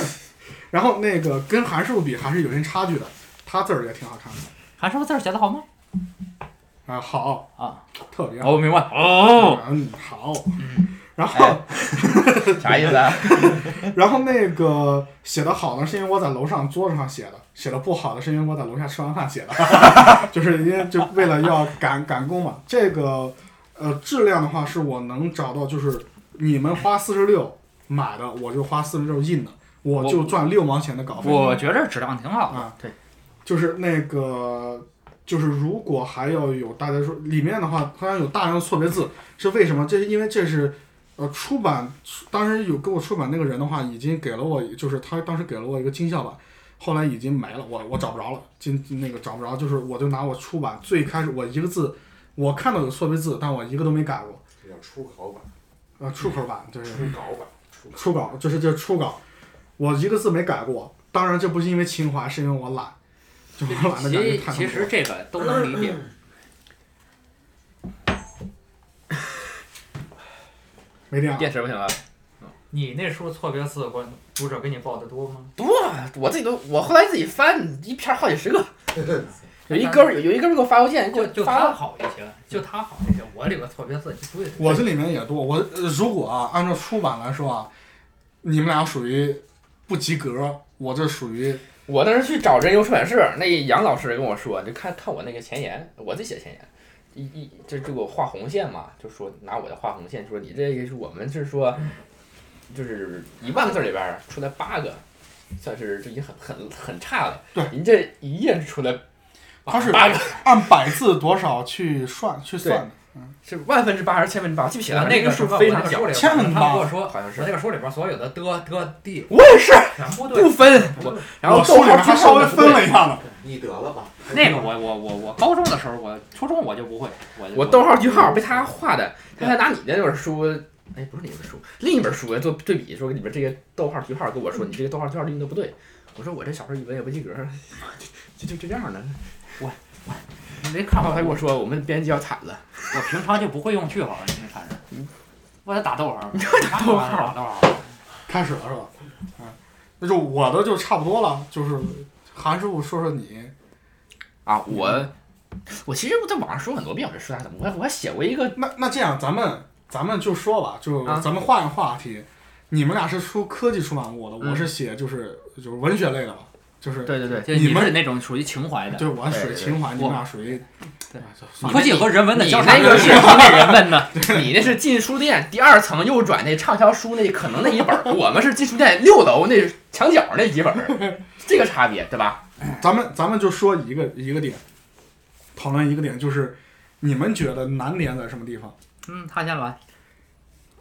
然后那个跟韩师傅比还是有些差距的，他字儿也挺好看的韩师傅字儿写的好吗？啊，好啊，特别好，哦，我明白了。哦，嗯，好。然后， 啥意思啊？然后那个写的好呢，是因为我在楼上桌子上写的；写的不好的，是因为我在楼下吃完饭写的， 就是因为就为了要赶赶工嘛。这个呃质量的话，是我能找到，就是你们花四十六买的，我就花四十六印的，我就赚六毛钱的稿费。我觉着质量挺好的。啊，对，就是那个，就是如果还要有大家说里面的话，当然有大量的错别字，是为什么？这是因为这是。呃，出版当时有给我出版那个人的话，已经给了我，就是他当时给了我一个金校版，后来已经没了，我我找不着了，金那个找不着，就是我就拿我出版最开始我一个字，我看到有错别字，但我一个都没改过，这叫出口版，呃，出口版就是出稿版，出初稿，就是这初稿，我一个字没改过。当然，这不是因为情怀，是因为我懒，就我懒得其感觉太痛苦实其实了这个都能理解。没电了。 电池不行了。你那书错别字，我读者给你报的多吗？多，我自己都，我后来自己翻一篇好几 十个。有一哥们儿有有一哥们儿给我发邮件，给就哎我就发他了好一些，就他好一些。我里边错别字，你不会我这里面也多，我、呃如果啊，按照出版来说啊，你们俩属于不及格，我这属于我当时去找人游出版社，那杨老师跟我说，就看看我那个前言，我自己写前言，一一就就给我画红线嘛，就说拿我的画红线，说你这个是我们是说，就是一万个字里边儿出来八个，算是就已经很很很差了。对您这一页出来他是啊八个，按百字多少去算去算是万分之八还是千分之八？我记不啊起来，那啊个个数吧非我常那小书，里千边万他吧跟我说，好像是我。那个书里边所有的的的地我也是全部对不，分，我然后我书里逗号面还贴稍上微的分了一下呢。你得了吧。那个我我我我高中的时候，我初中我就不会，我就我逗号句号被他画的，他还拿你的那本书，哎，不是你那本书，另一本书做对比，说你们这个逗号句号跟我说你这个逗号句号用的不 对，我说我这小时候语文也不及格，就就就这样的，没然看后我他跟我说我们编辑要惨了，我平常就不会用句号，你看着，嗯我得打逗号，打逗号打逗号，开始了是吧？嗯，那就我的就差不多了，就是韩师傅说说你，啊，我我其实我在网上说很多遍，我这说啥怎么我还我还写过一个那那这样咱们咱们就说吧，就啊咱们换个话题，你们俩是出科技出版物的，嗯我是写就是就是文学类的吧，就是对对对，就你们是那种属于情怀的，对我属于对情怀，你我们俩属于对哎就算科技和人文的你交叉那个是城里人问的， 你那是进书店第二层右转那畅销书那可能那一本儿，我们是进书店六楼那墙角那几本儿，这个差别对吧？了咱们咱们就说一个一个点，讨论一个点就是你们觉得难点在什么地方？嗯，他先来，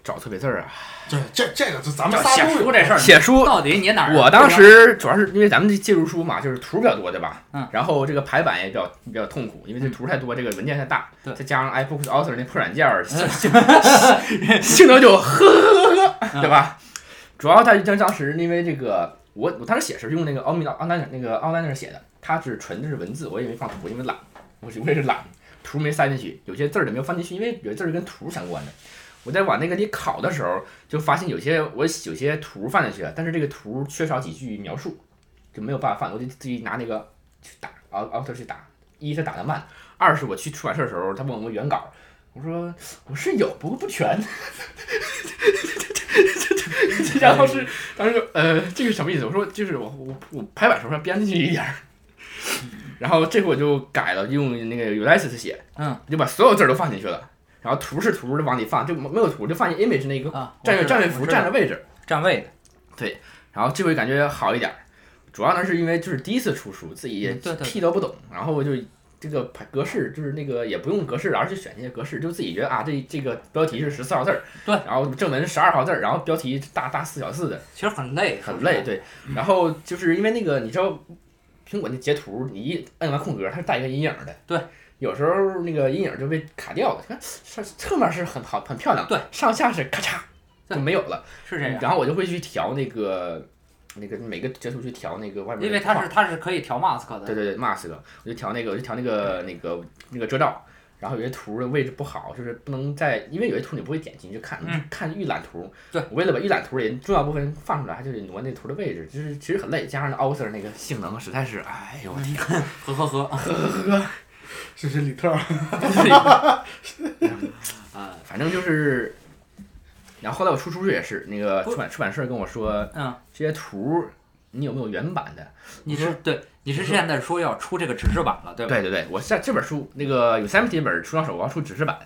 找错别字儿啊！对，这这个就咱们就仨写都有书这事儿，写书，到底你哪儿？啊我当时主要是因为咱们这借助书嘛，就是图比较多对吧？嗯。然后这个排版也比较比较痛苦，因为这图太多，这个文件太大，对嗯再加上 iBooks Author 那破软件儿，性性能就呵呵呵嗯呵，对吧？主要在于当当时因为这个，我我当时写是用那个奥米奥丹那个奥丹那写的，它是纯的是文字，我也没放图，因为懒，我是我也是懒，图没塞进去，有些字儿也没有放进去，因为有些字儿跟图相关的。我在往那个里考的时候，就发现有些我有些图放进去了，但是这个图缺少几句描述，就没有办法放，我就自己拿那个去打，然后 Alt 去打，一是打得慢，二是我去出版社的时候，他问我们原稿，我说我是有，不过不全。 然后是当时就呃，这个什么意思？我说就是我我我排版时候要编进去一点儿。 然后这回我就改了，用那个 Ulysses 写，嗯，就把所有字儿都放进去了，然后图是图的往里放，就没有图就放进 image 那个啊，战略我知道战略服我知占道的位置，站位的，然后这回感觉好一点儿，主要呢是因为就是第一次出书，自己也嗯对对对屁都不懂，然后就这个排格式就是那个也不用格式，而是选一些格式，就自己觉得啊这这个标题是十四号字儿，对然后正文十二号字儿，然后标题大大四小四的，其实很累，很累，对，然后就是因为那个你知道苹果那截图，你一摁完空格，它是带一个阴影的，对。有时候那个阴影就被卡掉了，看上侧面是很好很漂亮，对，上下是咔嚓就对没有了，是这样。然后我就会去调那个那个每个截图去调那个外面，因为它是它是可以调 mask 的，嗯对对对 mask，我就调那个我就调那个那个那个遮罩。然后有些图的位置不好，就是不能在，因为有些图你不会点进去看，嗯看预览图。对，我为了把预览图里重要部分放出来，还就得挪那图的位置，就是其实很累。加上 author 那个性能实在是，哎呦我天，呵呵 呵，这是李特儿，啊，反正就是。然后后来我出书也是，那个出版出版社跟我说，嗯，这些图你有没有原版的？你是对，你是现在说要出这个纸质版了，对吧？对对对，我下这本书那个 Yosemite 那本出到手，我要出纸质版。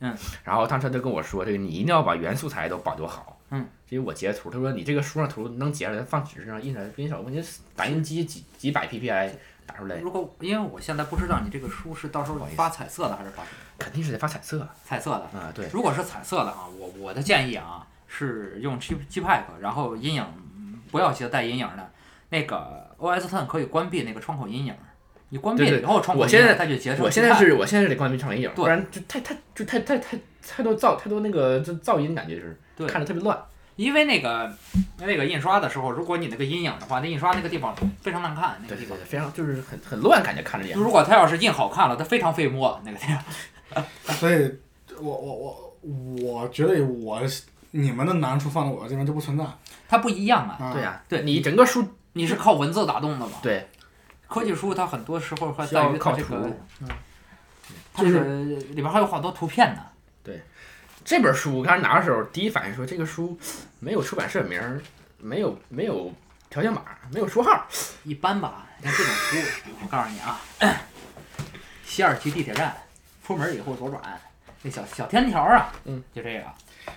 嗯，然后当时他就跟我说，这个你一定要把原素材都保留好。嗯，因为我截图，他说你这个书上图能截出来，放纸质上印出来，印小问题打印机几几百 PPI 打出来，如果因为我现在不知道你这个书是到时候发彩色的还是发什么肯定是得发彩色啊、彩色的，对，如果是彩色的啊，我我的建议啊是用 G G Pack，然后阴影嗯不要写带阴影的，那个 OS Ten 可以关闭那个窗口阴影，你关闭对了对以后窗口我阴现影在它就截成我现在 G-Pack 是我现在是得关闭唱影影，哎对不然就太太就太太太太多噪太多那个就噪音感觉就是对看着特别乱。因为那个那个印刷的时候，如果你那个阴影的话，那印刷那个地方非常难看，那个对地对方对，。非常就是很很乱，感觉看着也。如果它要是印好看了，它非常费墨那个地方。所以我我我我觉得我你们的难处放在我这边就不存在。它不一样啊，啊对呀、对你整个书你是靠文字打动的嘛？对，科技书它很多时候还需在要于它靠这图。个，嗯它就这是个里边还有好多图片呢。这本书我刚才拿的时候，第一反应说这个书没有出版社名儿，没有没有条件码，没有书号。一般吧，像这种书，我告诉你啊， 西二旗地铁站出门以后左转，那小小天桥啊，嗯，就这个，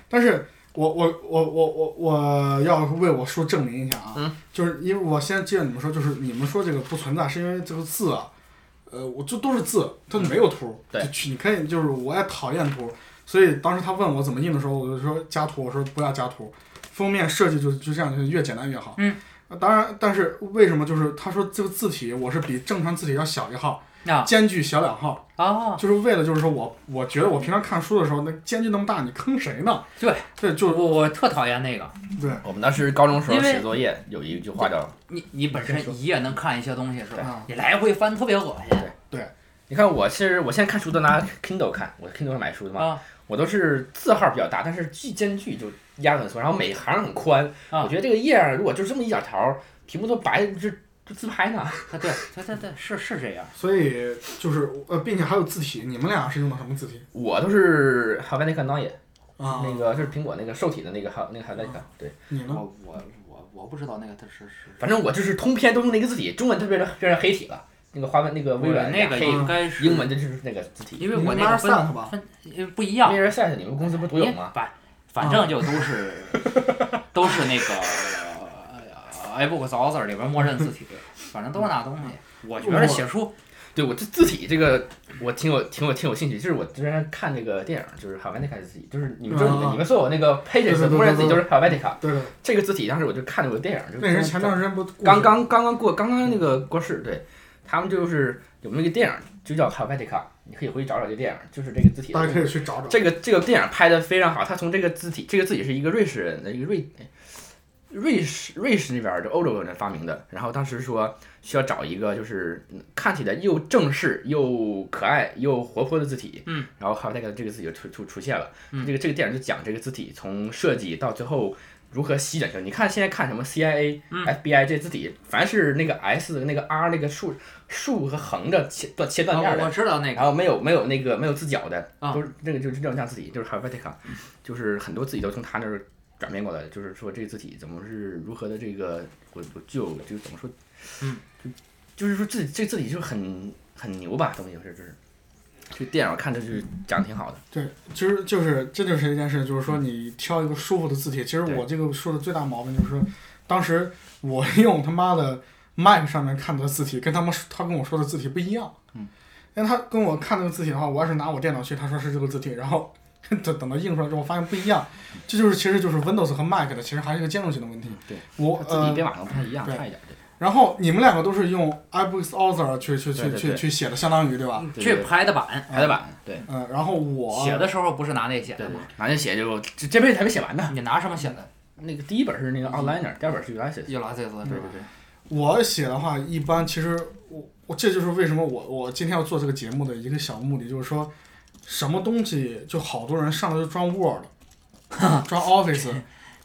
但是我我我我我我要为我书证明一下啊，嗯就是因为我先接着你们说，就是你们说这个不存在，是因为这个字啊，呃，我就都是字，它没有图，嗯对就去你可以就是我也讨厌图，所以当时他问我怎么印的时候，我就说加图，我说不要加图，封面设计就就这样，就越简单越好。嗯呃。当然，但是为什么就是他说这个字体我是比正常字体要小一号，啊间距小两号，啊，就是为了就是说我我觉得我平常看书的时候，那间距那么大，你坑谁呢？对，对，我就我特讨厌那个，对，我们当时高中时候因为写作业有一句话叫你你本你先说身一页能看一些东西是吧啊？你来回翻特别恶心对，对你看我其实我现在看书都拿 Kindle 看，我 Kindle 上买书的嘛，啊我都是字号比较大，但是句间距就压得很松，然后每行很宽。啊我觉得这个页儿如果就这么一小条儿，屏幕都白，这这自拍呢？啊，对对对对，是是这样。所以就是呃，并且还有字体，你们俩是用的什么字体我都是 Havana n o i 啊？那个就是苹果那个瘦体的那个哈那个 Havana，对，你呢？我呃我我我不知道那个它是是。反正我就是通篇都是那个字体，中文特别是变成黑体了，那个花纹那个微我软那个黑，应该是英文，的就是那个字体。因为我你那个 Mars 分 Set 吧，分呃不一样。 Mirror Set 你们公司不是独有吗？反反正就都是 都是那个呃 iBooks Author 里边默认字体，反正都是那东西。嗯我觉得写书对我这字体这个我挺有挺有挺有兴趣，就是我之前看那个电影，就是 Helvetica 字体，就是你们知道你们、啊你们所有那个对 pages 对对对对默认字体都是 Helvetica，对对，这个字体当时我就看了个电影，就那是前段时间不故事刚刚刚刚过刚刚那个过世，对他们就是有那个电影就叫 Helvetica，你可以回去找找这电影，就是这个字体的大家可以去找找。这个这个电影拍的非常好，他从这个字体，这个字体是一个瑞士人的一个瑞瑞士瑞士那边儿就欧洲人发明的，然后当时说需要找一个就是嗯看起来又正式又可爱又活泼的字体，嗯，然后还有那个这个字体就出出出现了，嗯这个这个电影就讲这个字体从设计到最后。如何吸引？你看现在看什么 CIA、嗯 FBI 这字体，凡是那个 S、那个 R、那个竖竖和横着切断切断面啊儿的我，知道那个然后没有没有那个没有字角的，啊都是那个就是这种像字体，就是 Helvetica，就是很多字体都从他那儿转变过来的，就是说这个字体怎么是如何的这个我我具有就怎么说，嗯，就就是说这这字体就是很很牛吧，东西就是就是，就电影我看着就是讲的挺好的，对，其实就是这就是一件事，就是说你挑一个舒服的字体。其实对我这个书的最大毛病就是，当时我用他妈的 Mac 上面看的字体，跟他们他跟我说的字体不一样。嗯，因为他跟我看那个字体的话，我要是拿我电脑去，他说是这个字体，然后等等到印出来之后发现不一样，这就是其实就是 Windows 和 Mac 的其实还是一个兼容性的问题。嗯对，我字体呃，编码上不太一样，对差一点，对然后你们两个都是用 iBooks Author 去去去对对嗯去对去写的，相当于对吧？对去拍的版，排的版，对嗯、然后我写的时候不是拿那写对的对吗？，拿去写就这这辈子还没写完呢，你拿什么写的？那个第一本是那个 Outliner，第二本是 u i s 又拿这对个是嗯对吧？对，我写的话，一般其实我我这就是为什么我我今天要做这个节目的一个小目的，就是说什么东西就好多人上来就装 Word，装 Office，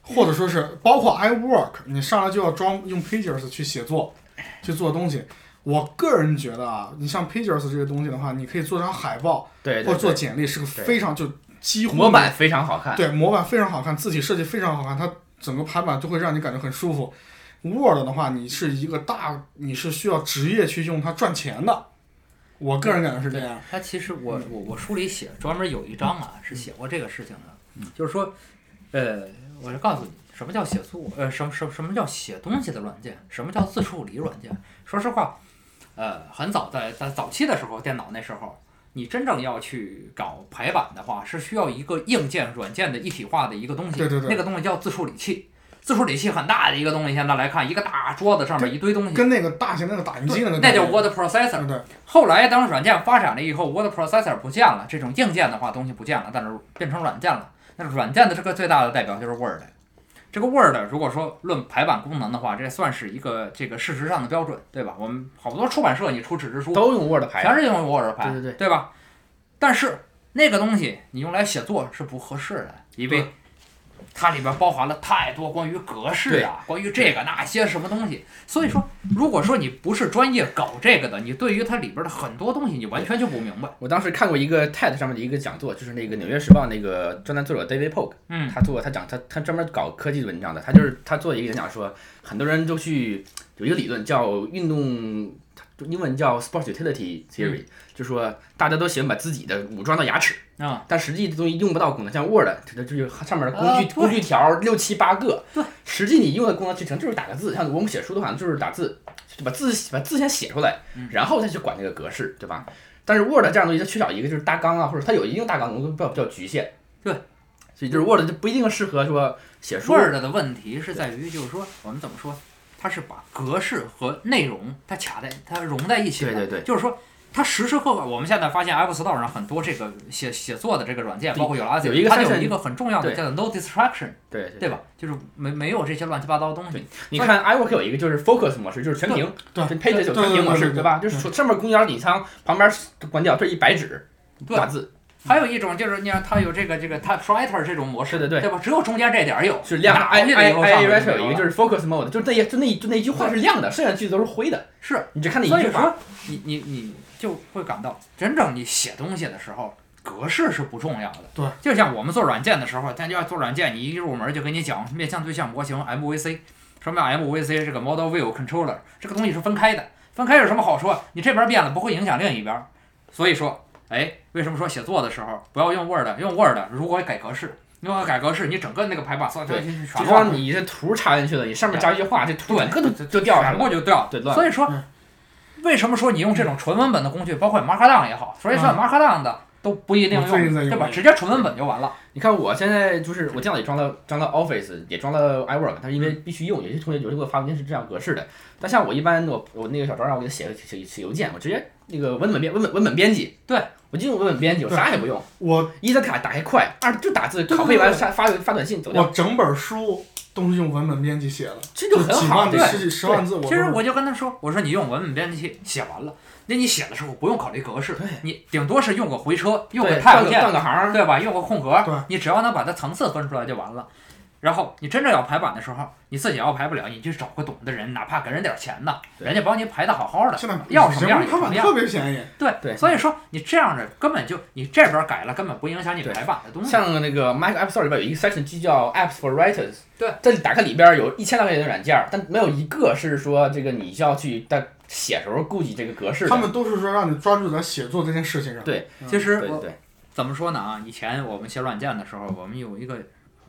或者说是包括 iWork，你上来就要装用 Pages 去写作去做东西。我个人觉得啊，你像 Pages 这个东西的话，你可以做张海报对或对者做对，简历，是个对非常就几乎模板非常好看，对，模板非常好看，字体设计非常好看，它整个排版就会让你感觉很舒服。Word 的话，你是一个大，你是需要职业去用它赚钱的。我个人感觉是这样。他其实我我我书里写专门有一章啊，是写过这个事情的，就是说，呃，我就告诉你什么叫写作，呃，什么什么什么叫写东西的软件，什么叫自处理软件。说实话，呃，很早在在早期的时候，电脑那时候，你真正要去搞排版的话，是需要一个硬件软件的一体化的一个东西，对对对那个东西叫自处理器。自处理器很大的一个东西，现在来看，一个大桌子上面一堆东西，跟那个大型那个打印机那个对感那觉，叫 word processor 对。后来当软件发展了以后，word processor 不见了，这种硬件的话东西不见了，但是变成软件了。那软件的这个最大的代表就是 Word。这个 Word 如果说论排版功能的话，这算是一个这个事实上的标准，对吧？我们好多出版社你出纸质书，都用 Word 排的全。是用 Word 排，对对对吧？但是那个东西你用来写作是不合适的，因为对它里边包含了太多关于格式啊，关于这个那些什么东西。所以说，如果说你不是专业搞这个的，你对于它里边的很多东西你完全就不明白。我当时看过一个 TED 上面的一个讲座，就是那个《纽约时报》那个专栏作者 David Polk，嗯他做他讲他他专门搞科技文章的，他就是他做一个演讲说，很多人就去有一个理论叫运动，英文叫 Sports Utility 嗯 Theory，、就说大家都喜欢把自己的武装到牙齿，啊、但实际这东西用不到功能，像 Word，它就是上面的工具、啊对工具条六七八个，对，实际你用的功能集成就是打个字，像我们写书的话就是打字，就把字把字先写出来嗯，然后再去管这个格式，对吧？但是 Word 这样的东西它缺少一个就是大纲啊，或者它有一定大纲，我们比较比较局限，对，所以就是 Word 就不一定适合说写书， Word 的问题是在于，就是说我们怎么说，它是把格式和内容它卡在它融在一起的。对对对就是说它时时刻刻，我们现在发现 App Store 上很多这个写写作的这个软件，对包括有垃圾，有一个它有 function- 一个很重要的对叫做 No Distraction，对对吧？就是没没有这些乱七八糟的东西对。你看 iWork 有一个就是 focus 模式，就是全屏，对就配置有对对全屏模对式，对对吧？就是上面公交底舱，旁边关掉，这一白纸对打字，还有一种就是你看它有这个这个 typewriter 这种模式，对对对吧？只有中间这点儿有，就是亮的。拿 i 回 i 去了以后 i 上 i 面 r 就有一没个了就是 focus mode，就是那一就那一就那一句话是亮的，剩下句子都是灰的，是，你只看那一所以句话。说你你你就会感到，真正你写东西的时候，格式是不重要的。对，就像我们做软件的时候，大家做软件，你一入门就给你讲面向对象模型 MVC，什么叫 MVC？这个 Model View Controller 这个东西是分开的，分开有什么好处啊？你这边变了不会影响另一边儿，所以说，哎，为什么说写作的时候不要用 Word？用 Word 如果改格式，你要改格式，你整个那个排版所有东对西全就乱了像你这图插进去了，你上面加一句话，这图整个都就掉下来闪了。过就掉，对乱了所以说嗯，为什么说你用这种纯文本的工具，包括 Markdown 也好，所以说嗯 Markdown 的都不一定我最近在用用，对吧？直接纯文本就完了。你看我现在就是我电脑里装了装了 Office，也装了 iWork，但是因为嗯必须用，有些同学有些给我发文件是这样格式的。但像我一般我我那个小张让我给他写个写写邮件，我直接那个文本编文本文本编辑，对我就用文本编辑，我啥也不用，我一它打打开快，二就打字，对对拷贝对完对发发发短信走我掉，整本书都是用文本编辑写的，这就很几好。万对字、十几十万字，我其都实是我就跟他说，我说你用文本编辑器写完了，那你写的时候不用考虑格式对，你顶多是用个回车，用对个断 tab 个键，断个行，对吧？用个空对格，你只要能把它层次分出来就完了。然后你真正要排版的时候，你自己要排不了，你去找个懂的人，哪怕给人点钱呢，对人家帮你排的好好的。现在要什么样人工有什么排版样特别便宜，对对所以说你这样的根本就你这边改了，根本不影响你对排版的东西。像那个 Mac App Store 里边有一个 section 就叫 Apps for Writers，对，这打开里边有一千多个的软件，但没有一个是说这个你需要去在写时候顾及这个格式的。他们都是说让你专注在写作这件事情上。嗯对其实对对我对，怎么说呢啊？以前我们写软件的时候，我们有一个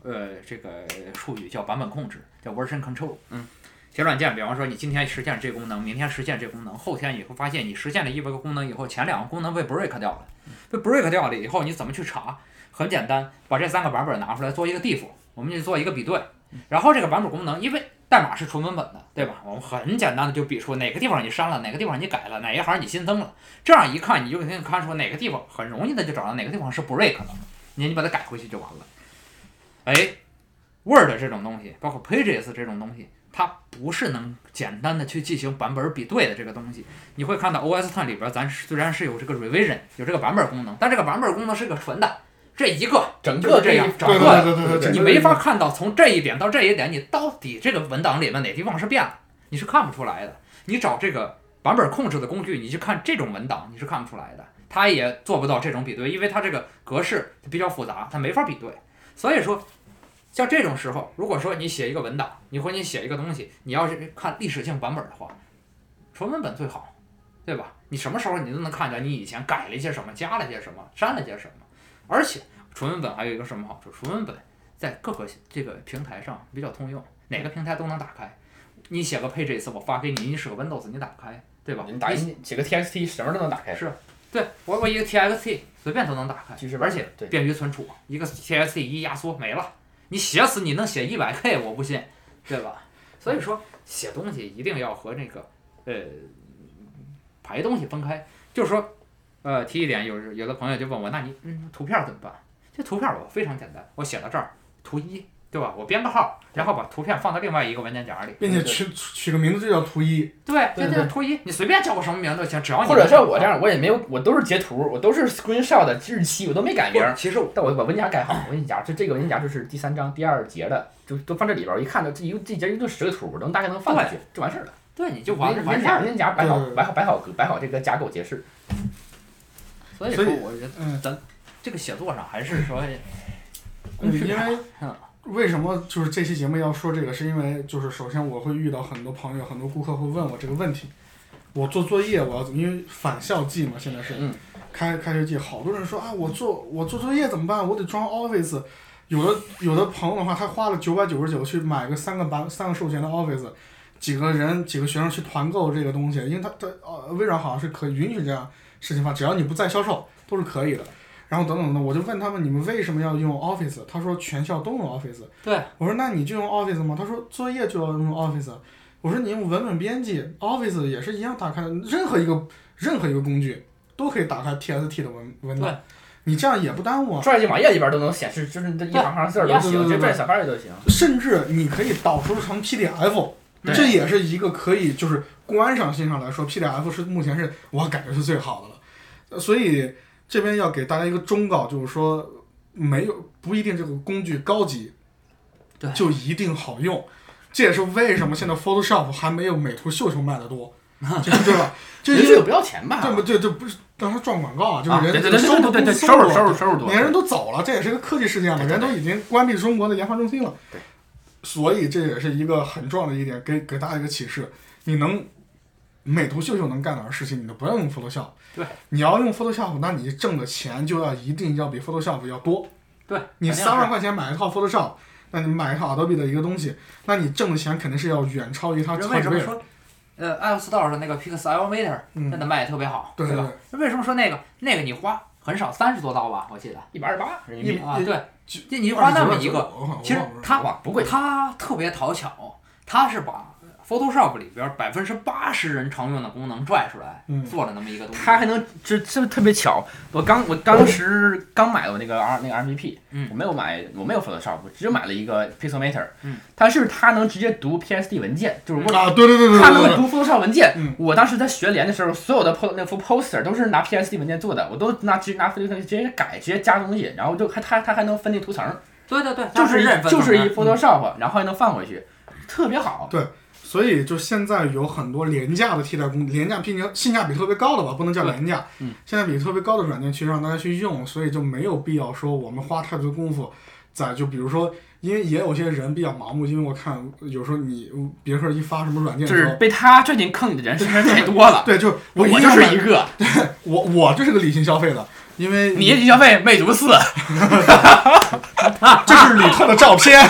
呃这个术语叫版本控制，叫 version control。嗯，写软件，比方说你今天实现这功能，明天实现这功能，后天你会发现你实现了一百个功能以后，前两个功能被 break 掉了，被 break 掉了以后，你怎么去查？很简单，把这三个版本拿出来做一个 diff，我们就做一个比对，然后这个版本功能，因为代码是纯文本的，对吧？我们很简单的就比出哪个地方你删了，哪个地方你改了，哪一行你新增了。这样一看，你就能看出哪个地方很容易的就找到哪个地方是 break 的，你你把它改回去就完了。哎，Word 这种东西，包括 Pages 这种东西，它不是能简单的去进行版本比对的这个东西。你会看到 OS 10里边，咱虽然是有这个 revision，有这个版本功能，但这个版本功能是个纯的，这一个整就是个这样，整对个对对对对，你没法看到从这一点到这一点，你到底这个文档里面哪地方是变了，你是看不出来的。你找这个版本控制的工具，你去看这种文档，你是看不出来的。它也做不到这种比对，因为它这个格式比较复杂，它没法比对。所以说，像这种时候，如果说你写一个文档，你或者你写一个东西，你要是看历史性版本的话，纯文本最好，对吧？你什么时候你都能看见你以前改了一些什么，加了些什么，删了些什么。而且纯文本还有一个什么好处？纯文本在各个这个平台上比较通用，哪个平台都能打开。你写个 Pages，我发给你，你使个 Windows，你打不开，对吧？你打你印写个 TXT 什么都能打开。是对我我一个 TXT 随便都能打开，记事本而且对便于存储，一个 TXT 一压缩没了，你写死你能写一百 K，我不信，对吧？所以说写东西一定要和那个呃排东西分开，就是说呃提一点，有有的朋友就问我，那你嗯图片怎么办？这图片我非常简单，我写到这儿，图一对吧？我编个号，然后把图片放到另外一个文件夹里，并且取取个名字就叫图一，对，对这对就是图一，你随便叫我什么名字都行，只要你或者能像我这样，我也没有，我都是截图，我都是 screenshot 的日期，我都没改名儿。其实我但我把文件夹改好，文件夹就这个文件夹就是第三章第二节的，就都放这里边儿。我一看到这一个这一节一共十个图，我能大概能放进去，就完事儿了。对你就完完文事件儿夹文件夹摆好对对对摆好摆好摆好这个夹构解释。所以所说，以哎我觉得嗯，这个写作上还是说工具因为嗯为什么就是这期节目要说这个，是因为就是首先我会遇到很多朋友、很多顾客会问我这个问题，我做作业我要怎么？因为返校季嘛，现在是，嗯开开学季，好多人说啊，我做我做作业怎么办？我得装 Office。有的有的朋友的话，他花了九百九十九去买个三个版三个授权的 Office，几个人几个学生去团购这个东西，因为他他呃微软好像是可以允许这样事情发，只要你不再销售都是可以的。然后等等等等，我就问他们你们为什么要用 Office？他说全校都用 Office。对，我说那你就用 Office 吗？他说作业就要用 Office。我说你用文本编辑，Office 也是一样打开的，任何一个任何一个工具都可以打开 TST 的文文对档，你这样也不耽误啊。转进网页里边都能显示，就是这一行行字儿都对对行，对这对转小范围都行。甚至你可以导出成 PDF，对这也是一个可以就是观赏性上来说，PDF 是目前是我感觉是最好的了。呃所以这边要给大家一个忠告，就是说没有不一定这个工具高级，对就一定好用。这也是为什么现在 Photoshop 还没有美图秀秀卖的 多，就是对吧？这人因这个为不要钱吧？这不这这不是让他撞广告啊，就是啊，对人对对对收对入对不啊对，收收入了收入收入多，连人都走了，这也是个科技事件嘛，对对人都已经关闭中国的研发中心了。对，所以这也是一个很重要的一点，给给大家一个启示：你能美图秀秀能干点事情，你就不要用 Photoshop。对，你要用 Photoshop，那你挣的钱就要一定要比 Photoshop 要多。对，你肯定三是万块钱买一套 Photoshop，那你买一套 Adobe 的一个东西，那你挣的钱肯定是要远超于啊它超人为几什么倍的。说，呃，App Store 上那个 Pix Elevator 嗯真的卖的特别好，对吧？为什么说那个那个你花很少三十多刀吧？我记得一百二十八人民一币，啊，一对，就就你花那么一个， 29，其实我忘了它哇，不贵。它特别讨巧，它是把 Photoshop 里边百分之八十人常用的功能拽出来，嗯做了那么一个东西。它还能这这特别巧，我刚我当时刚买我那个 R 那个 MVP，嗯我没有买我没有 Photoshop，我只买了一个 Pixelmator，嗯，它是它能直接读 PSD 文件，就是我啊，对对对对它对对能对，读 Photoshop 文件嗯。我当时在学联的时候，所有的 po 那幅 poster 都是拿 PSD 文件做的，我都拿直接拿 Photoshop 直接改，直接加东西，然后就还它它还能分那图层，对对对，就它啊是认一分就是一的 Photoshop，然后还能放回去，特别好。所以就现在有很多廉价的替代工具，廉价毕竟性价比特别高的吧，不能叫廉价，嗯性价比特别高的软件去让大家去用，所以就没有必要说我们花太多功夫在就比如说，因为也有些人比较盲目，因为我看有时候你别克一发什么软件就的时是候，被它拽进坑里的人实在是太多了，对，就我一定就要是买一个，我我就是个理性消费的，因为你一级消费魅族 四，这是李特的照片，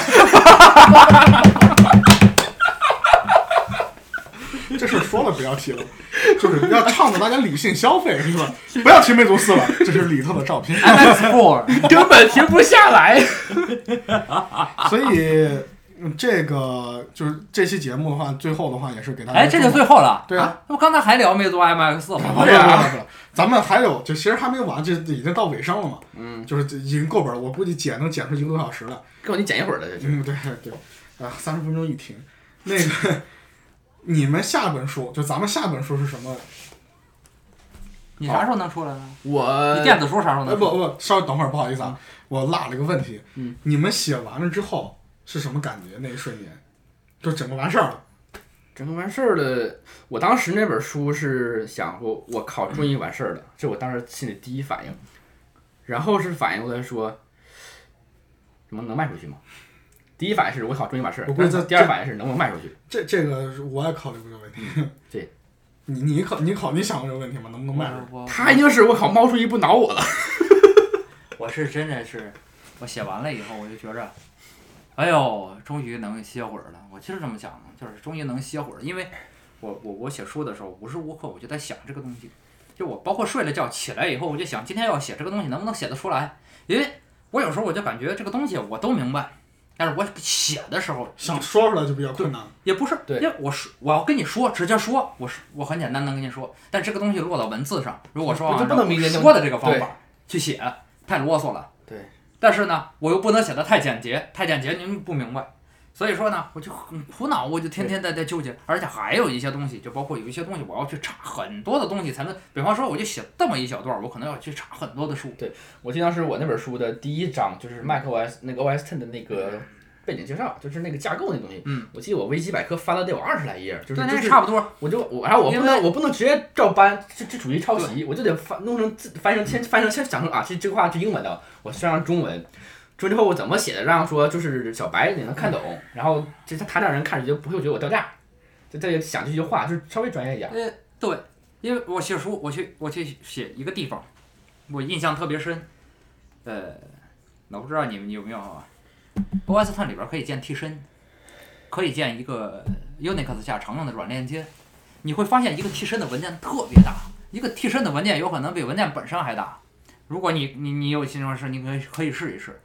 这事儿说了不要提了，就是要倡导大家理性消费，是吧？不要提魅族四了，这是李特的照片。哎 MX4，根本停不下来。所以嗯这个就是这期节目的话，最后的话也是给大家 哎，这就最啊后了。对啊啊，那不刚才还聊魅族 MX 吗？不了 不了不了，啊咱们还有就其实还没完，这已经到尾声了嘛，嗯，就是已经够本儿，我估计剪能剪出一个多小时来。够你剪一会儿的，这是。嗯，对对，啊，三十分钟一停。那个，你们下本书就咱们下本书是什么？你啥时候能出来呢？我你电子书啥时候呃，能不出？不，稍微等会儿，不好意思啊，我落了一个问题。嗯，你们写完了之后是什么感觉？那一瞬间，就整个完事儿了。整个完事儿了。我当时那本书是想说，我靠，终于完事儿了，这我当时心里第一反应。然后是反应过来说，什么能卖出去吗？第一反应是我靠，终于完事儿。我估计但这第二反应是能不能卖出去？这这个是我也考虑过这个问题。嗯对，你你考你考你想过这个问题吗？能不能卖出去？我他一定是我靠，猫出一步挠我了。我是真的是，我写完了以后我就觉着，哎呦，终于能歇会儿了。我就是这么想的，就是终于能歇会儿，因为我我我写书的时候无时无刻我就在想这个东西，就我包括睡了觉起来以后，我就想今天要写这个东西能不能写得出来，因为我有时候我就感觉这个东西我都明白，但是我写的时候想说出来就比较困难。也不是，对因为我说我要跟你说，直接说，我是我很简单能跟你说，但这个东西落到文字上，如果说我就按照不能明白这个说的这个方对法去写，太啰嗦了。对。但是呢，我又不能写的太简洁，太简洁您不明白，所以说呢，我就很苦恼，我就天天在在纠结，而且还有一些东西，就包括有一些东西我要去查很多的东西才能，比方说我就写这么一小段，我可能要去查很多的书。我记得当时我那本书的第一章就是 macOS 那个 OS Ten 的那个背景介绍，就是那个架构那东西。嗯，我记得我维基百科翻了得有二十来页，就是对，就那是差不多。我就我然后我不因为能我不能直接照搬，这这属于抄袭，我就得翻弄成自翻成先翻成先讲成啊，这这话是英文的，我翻成中文。说之后我怎么写的，让说就是小白也能看懂，然后就他他让人看着就不会觉得我掉价，就他也想这句话，就是稍微专业一点。呃，对，因为我写书，我去我去写一个地方，我印象特别深。呃，我不知道你们有没有啊？OS 它里边可以建替身，可以建一个 Unix 下常用的软链接。你会发现一个替身的文件特别大，一个替身的文件有可能比文件本身还大。如果你你你有心中事，你可以可以试一试。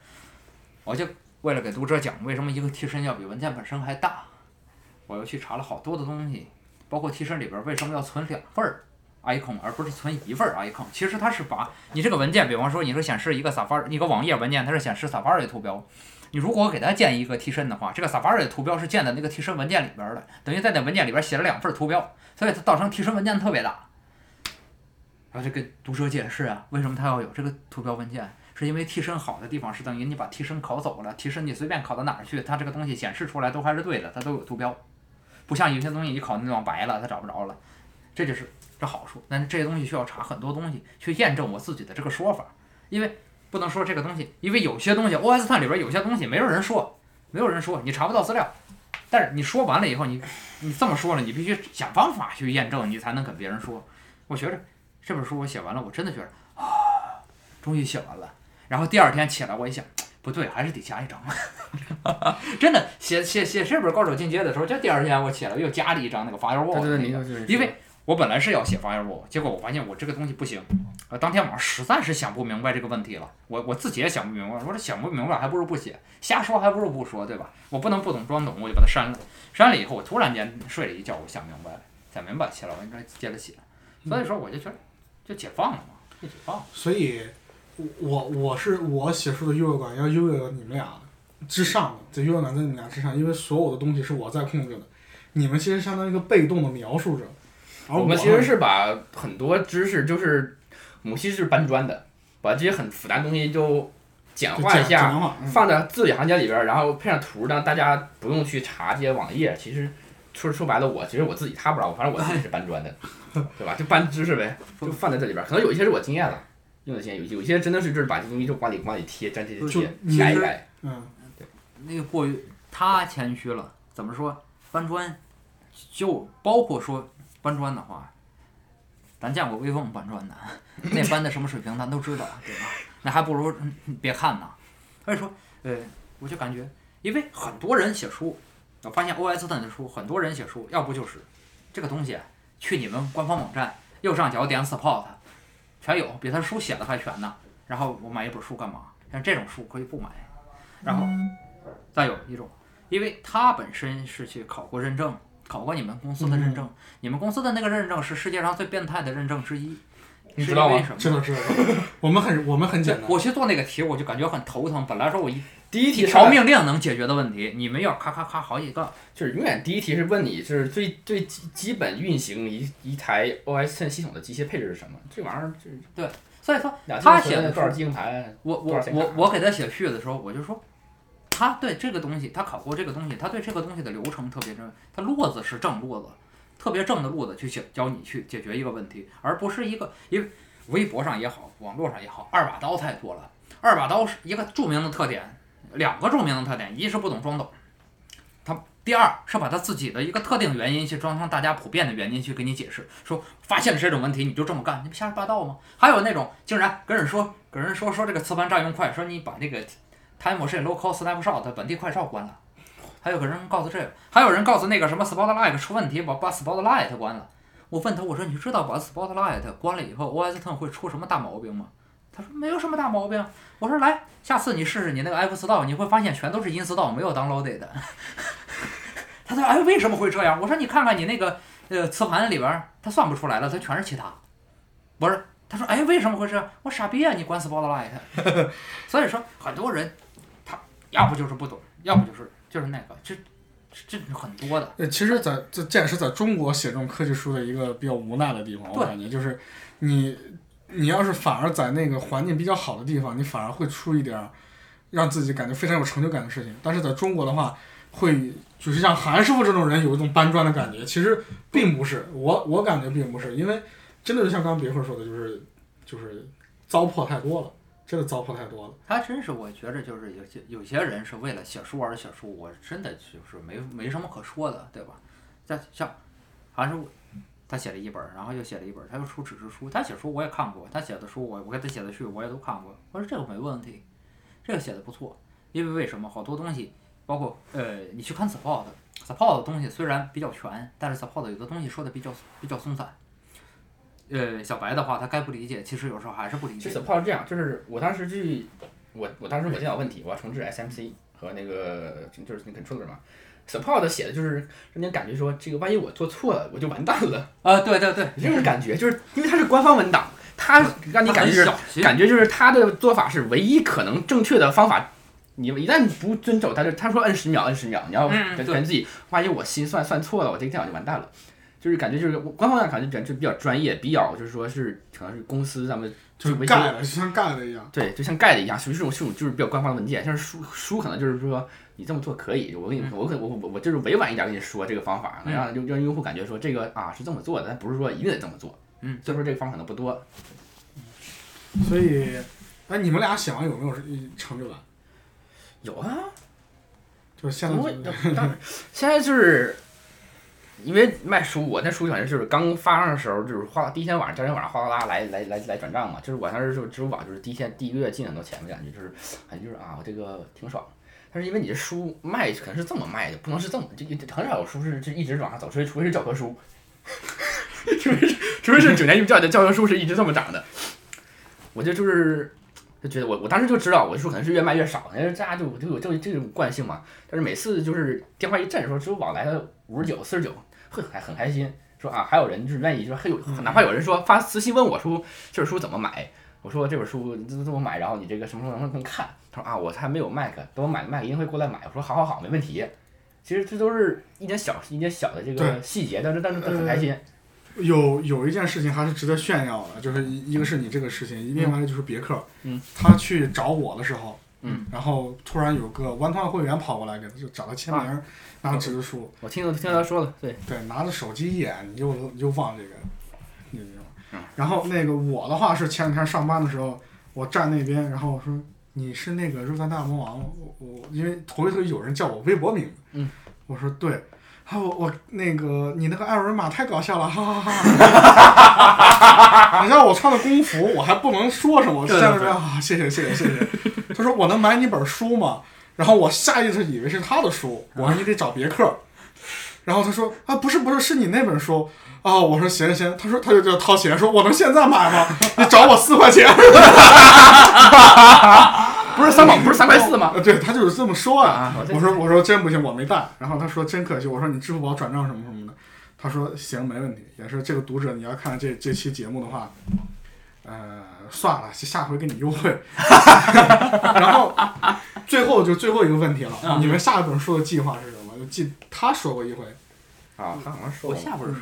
我就为了给读者讲为什么一个替身要比文件本身还大，我又去查了好多的东西，包括替身里边为什么要存两份儿， icon，而不是存一份儿 icon。其实它是把你这个文件，比方说你说显示一个 Safari 一个网页文件，它是显示 Safari 图标。你如果给它建一个替身的话，这个 Safari 的图标是建在那个替身文件里边儿的，等于在那文件里边儿写了两份儿图标，所以它造成替身文件特别大。然后就跟读者解释啊，为什么它要有这个图标文件，是因为替身好的地方是等于你把替身拷走了，替身你随便拷到哪儿去，它这个东西显示出来都还是对的，它都有图标，不像有些东西你拷那地方白了，它找不着了，这就是这好处。但是这些东西需要查很多东西去验证我自己的这个说法，因为不能说这个东西，因为有些东西 OS 探里边有些东西没有人说，没有人说，你查不到资料。但是你说完了以后，你你这么说了，你必须想方法去验证，你才能跟别人说。我觉着这本书我写完了，我真的觉得啊，终于写完了。然后第二天起来，我一想，不对，还是得加一章。 真的，写写写这本《高手进阶》的时候，就第二天我起来又加了一章那个 Firewall 对对对，那你个就是哦因为我本来是要写 firewall，结果我发现我这个东西不行，呃，当天晚上实在是想不明白这个问题了，我我自己也想不明白，我说想不明白还不如不写，瞎说还不如不说，对吧？我不能不懂装懂，我就把它删了，删了以后我突然间睡了一觉，我想明白了，想明白写了文章接着写，嗯所以说我就觉得就解放了嘛，就解放了，所以，我我是我写书的优越感要优越你们俩之上的，这优越感在你们俩之上，因为所有的东西是我在控制的，你们其实相当于一个被动的描述者，而我我们其实是把很多知识，就是母系是搬砖的，把这些很复杂的东西就简就化一简简下，单化，嗯放在字里行间里边儿，然后配上图，让大家不用去查这些网页。其实说说白了我，其实我自己踏不着，反正我自己是搬 砖的，对吧？就搬知识呗，就放在这里边儿。可能有一些是我经验了，用的经验，有有一些真的是就是把这东西就往里往里贴，粘贴就贴你，改一是改。嗯，那个过于他谦虚了，怎么说搬砖，就包括说搬砖的话，咱见过威风搬砖的，那搬的什么水平咱都知道，对吧？那还不如嗯别看呢。所以说，呃，我就感觉，因为很多人写书，我发现 OS 探的书，很多人写书，要不就是这个东西去你们官方网站右上角点 support，全有，比他书写的还全呢。然后我买一本书干嘛？像这种书可以不买。然后再有一种，因为他本身是去考过认证，考过你们公司的认证，你们公司的那个认证是世界上最变态的认证之一。你是知道吗 为什么？知道知道，知道我们很我们很简单，我去做那个题，我就感觉很头疼。本来说我一第一一题条条命命令能解决的问题，你们要咔咔咔好几个。就是永远第一题是问你，就是最最基基本运行一一台 OS 系统的机械配置是什么？这玩意儿就是所以说，两他千写的多少机啊硬盘？我多我少钱我卡我给他写序的时候，我就说，他对这个东西，他考过这个东西，他对这个东西的流程特别正，他路子是正路子，特别正的路子去写教你去解决一个问题，而不是一个因为微博上也好，网络上也好，二把刀太多了。二把刀是一个著名的特点，两个著名的特点，一是不懂装懂，他第二是把他自己的一个特定原因去装成大家普遍的原因去给你解释，说发现了这种问题你就这么干，你不瞎说八道吗？还有那种竟然跟人说跟人说说这个磁盘占用快，说你把这个 time machine local snapshot 本地快照关了，还有个人告诉这个，还有人告诉那个什么 spotlight 出问题，把把 spotlight 关了。我问他，我说你知道把 spotlight 关了以后 OS Ten 会出什么大毛病吗？他说没有什么大毛病。我说来，下次你试试你那个 app store，你会发现全都是 install 没有 downloaded 的。 他说：“哎，为什么会这样？”我说：“你看看你那个呃磁盘里边儿，它算不出来了，它全是其他。”不是，他说：“哎，为什么会这样？”我傻逼啊！你关 Spotlight。所以 说，很多人他要不就是不懂，要不就是就是那个，这这这很多的。呃，其实在这这也是在中国写这种科技书的一个比较无奈的地方，我对感觉就是你你要是反而在那个环境比较好的地方，你反而会出一点儿让自己感觉非常有成就感的事情，但是在中国的话，会就是像韩师傅这种人有一种搬砖的感觉，其实并不是，我我感觉并不是，因为真的就像刚刚别克说的，就是就是糟粕太多了，真的糟粕太多了。他真是，我觉着就是有些有些人是为了写书而写书，我真的就是没没什么可说的，对吧？像像韩是他写了一本儿，然后又写了一本儿，他又出纸质书，他写书我也看过，他写的书我我给他写的序我也都看过，我说这个没问题，这个写的不错，因为为什么好多东西，包括呃你去看 support support 的东西虽然比较全，但是 support 有的东西说的比较比较松散。呃，小白的话，他该不理解，其实有时候还是不理这解。 support 是这样，就是我当时去，我我当时我电脑问题，我要重置 SMC 和那个就是那 controller 嘛 support 写的就是让你感觉说，这个万一我做错了，我就完蛋了，啊，对对对，这种感觉，就是因为它是官方文档，它让你感觉就是他很小心感觉就是他的做法是唯一可能正确的方法。你一旦不遵守，他就他说摁十秒，摁十秒，你要嗯感对觉自己，万一我心算算错了，我这个电脑就完蛋了。就是感觉就是我官方上感觉就比较专业，比较就是说是可能是公司咱们就是维修盖了，就像盖了一样。对，就像盖的一样，属于这种这种就是比较官方的文件，像是书书可能就是说你这么做可以，我给你我可我我我就是委婉一点跟你说这个方法，能让让让用户感觉说这个啊是这么做的，但不是说一定得这么做。嗯，虽然说这个方法可能不多，所以，哎，你们俩写完有没有成就感？有啊，就是现怎么在会？当然，现在就是因为卖书，我那书反正就是刚发上的时候，就是哗，第一天晚上，第二天晚上哗啦啦来来来来转账嘛，就是我当时就支付宝就是第一天第一个月进很多钱的感觉，就是感觉就是啊，我这个挺爽。但是因为你这书卖可能是这么卖的，不能是这么，就就很少有书是就一直往上走，除非除非是教科书， 除非是除非是九年义务教育的教科书是一直这么涨的。我就就是就觉得我我当时就知道我的书可能是越卖越少，因为大家就就有这这种惯性嘛。但是每次就是电话一震，说支付宝来了五十九、四十九，会很很开心，说啊还有人就是愿意，就是还有哪怕有人说发私信问我说这本书怎么买，我说这本书这这么买，然后你这个什么时候能能看？他说啊我还没有 Mac，等我买 Mac 一定会过来买。我说好好好，没问题。其实这都是一点小一点小的这个对细节，但是但是但是很开心。有有一件事情还是值得炫耀的，就是一一个是你这个事情，另外就是别克，嗯，他去找我的时候，嗯，然后突然有个 One 会员跑过来给他就找他签名，啊拿着纸质书，我听听他说了，对，对，拿着手机一眼，你又你又忘这个，你知道吗嗯然后那个我的话是前两天上班的时候，我站那边，然后我说你是那个肉蛋大魔王，我我因为头一回有人叫我微博名字，嗯，我说对。啊，我我那个你那个二维码太搞笑了，哈哈哈哈！你像我穿的工服，我还不能说什么，我对对站那边啊，谢谢谢谢谢谢。他说我能买你本书吗？然后我下意识以为是他的书，我说你得找别克，然后他说啊，不是不是，是你那本书啊、我说行行，他说他就就掏钱说，我能现在买吗？你找我四块钱。 不是三毛，不是三块四吗？呃，对他就是这么说啊。啊，我这我说我说真不行，我没带。然后他说真可惜。我说你支付宝转账什么什么的。他说行，没问题。也是这个读者，你要看这这期节目的话，呃，算了，下回给你优惠。 然后最后就最后一个问题了，啊你们下一本书的计划是什么？就记他说过一回，啊，他好像说过我下本书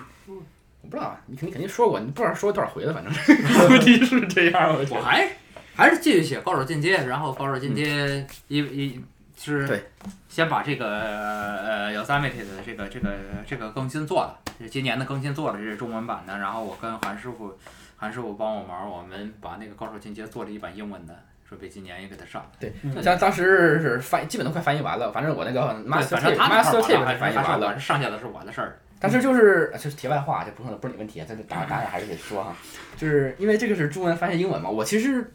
我不知道，你肯定肯定说过，你不知道说多少回了， 反正估计是这样。我觉我 得还还是继续写高手进阶，然后高手进阶一一是对先把这个呃 Yosemite 的这个这个这个更新做了，这今年的更新做了，这是中文版的。然后我跟韩师傅，韩师傅帮我忙，我们把那个高手进阶做了一版英文的，准备今年也给他上。对嗯像当时是翻，基本都快翻译完了。反正我那个 master 反正他那块 master 儿 tape 完翻了，还译是还是完我了。剩下的是我的事儿。但是就是啊就是题外话，这不是不是你问题，但是答答案还是得说哈。就是因为这个是中文翻译英文嘛，我其实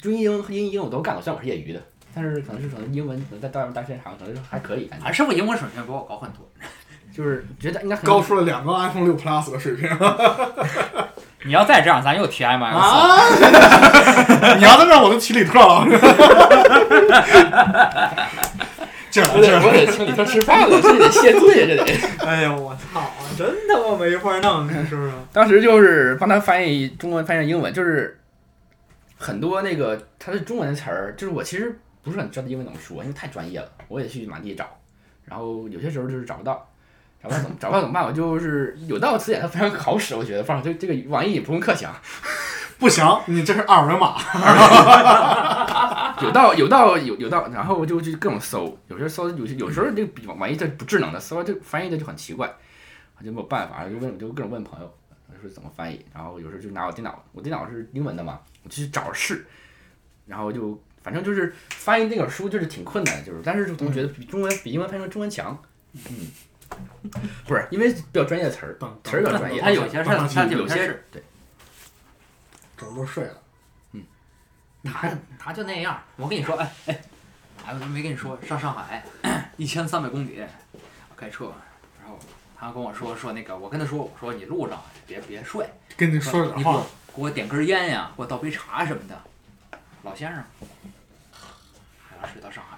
中英英英我都干了，虽然我是业余的，但是可能是可能英文可能在外面待时间长，可能还可以感觉。韩师傅英文水平比我高很多。就是觉得应该很高出了两个 iPhone 六 Plus 的水平。你要再这样，咱又提哎 M S 了。啊！你要再让我都提里特了， 这我得我得请你吃饭了，这得谢罪，这得。 哎呦我操，真他妈没法弄，这是不是？当时就是帮他翻译中文翻译成英文，就是很多那个他的中文词儿，就是我其实不是很知道英文怎么说，因为太专业了，我也去满地找，然后有些时候就是找不到，找不到怎么找不到怎么办？我就是有道词典，它非常好使，我觉得放这这个网易不用客气啊，不行，你这是二维码。有道有道有有道，然后我就去各种搜，有时候搜有些有时候这个网易这不智能的，搜这翻译的就很奇怪，我就没有办法，就问我就各种问朋友，他说怎么翻译，然后有时候就拿我电脑，我电脑是英文的嘛，我就去找试，然后就反正就是翻译那本书就是挺困难的，就是但是就总觉得比中文比英文翻译成中文强，嗯，不是因为比较专业的词儿，等词儿比较专业，他哎有些事儿，他有些些事儿，对，这都睡了。他他就那样。我跟你说，哎哎，我没跟你说，上上海一千三百公里，我开车，然后他跟我说说那个，我跟他说，我说你路上别别睡，跟你说点你给话我，给我点根烟呀，给我倒杯茶什么的。老先生，还要睡到上海，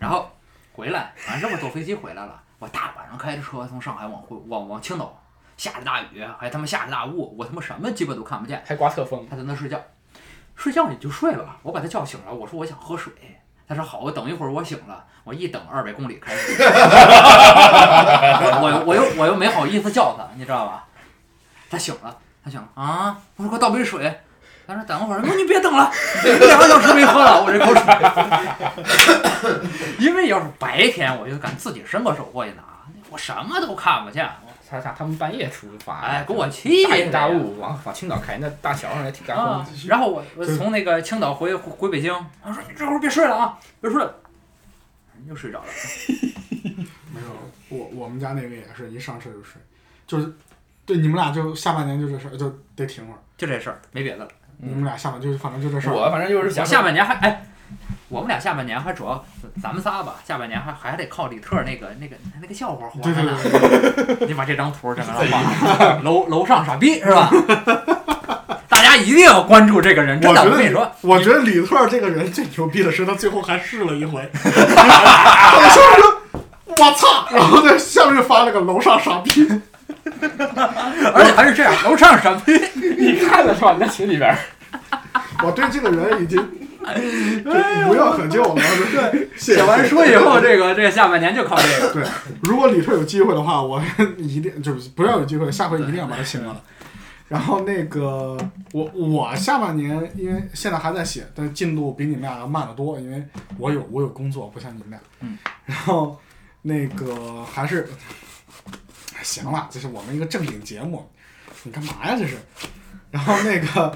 然后回来，俺这不坐飞机回来了，我大晚上开着车从上海往回往往青岛，下着大雨，还他妈下着大雾，我他妈什么鸡巴都看不见。还刮侧风，他在那睡觉，睡觉也就睡了吧。我把他叫醒了，我说我想喝水。他说好，我等一会儿我醒了，我一等二百公里开始。 我我又我又没好意思叫他，你知道吧？他醒了，他醒了啊！我说给我倒杯水。他说等会儿，我说你别等了，你两个小时没喝了，我这口水。 因为要是白天，我就敢自己伸个手过去拿，我什么都看不见。他他他们半夜出发，哎，给我气大的雨大呀雾往往青岛开，那大桥上还挺大风啊，然后我我从那个青岛回回回北京，我说你这会儿别睡了啊，别睡了，又睡着了。没有，我我们家那个也是一上车就睡，就是对你们俩就下半年就这事儿就得停会儿，就这事儿，没别的了。嗯你们俩下半就反正就这事儿。我反正就是我想下半年还哎，我们俩下半年还主要咱们仨吧，下半年还还得靠李特那个那个那个笑话活对着对呢。对对， 你把这张图整上画，楼楼上傻逼是吧？ 大家一定要关注这个人，真的，我觉得跟你说，我觉得李特这个人最牛逼的是他最后还试了一 回，我就是说我操，然后在下面就发了个楼上傻逼，而且还是这样，楼上傻逼， 你看得上，你在群里边儿，我对这个人已经就无药可救了。对，谢哎写谢完书以后，这个这个下半年就靠这个。对，如果李特有机会的话，我 一定就是不要有机会，下回一定要把他请过来。 然后那个我我下半年因为现在还在写，但进度比你们俩要慢得多，因为我有我有工作，不像你们俩。嗯。然后那个还是哎行了，这是我们一个正经节目，你干嘛呀这是？然后那个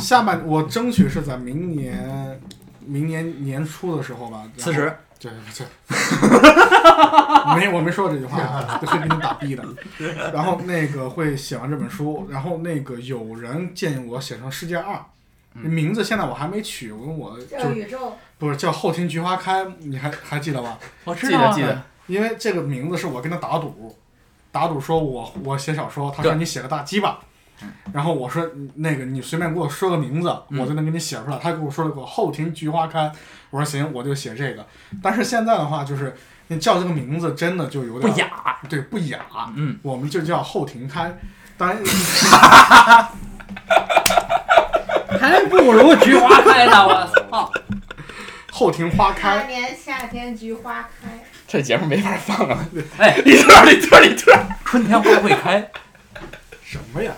下半我争取是在明年明年年初的时候吧，然后辞职，对对，没我没说过这句话啊，会给你打逼的。然后那个会写完这本书，然后那个有人建议我写成《世界二》，嗯名字现在我还没取，我跟我叫就宇宙，不是叫后庭菊花开，你还还记得吧？我知记得道记啊得，因为这个名字是我跟他打赌，打赌说我我写小说，他说对你写个大鸡巴嗯，然后我说那个你随便给我说个名字，嗯我就能给你写出来。他给我说了个后庭菊花开，我说行，我就写这个。但是现在的话就是你叫这个名字真的就有不点，雅，对不雅，嗯。我们就叫后庭开。当然，还不如菊花开呢！我操！ 后庭花那 开，年夏天菊花开，这节目没法放 啊！哎，李特李特李特，春天花会开，什么呀？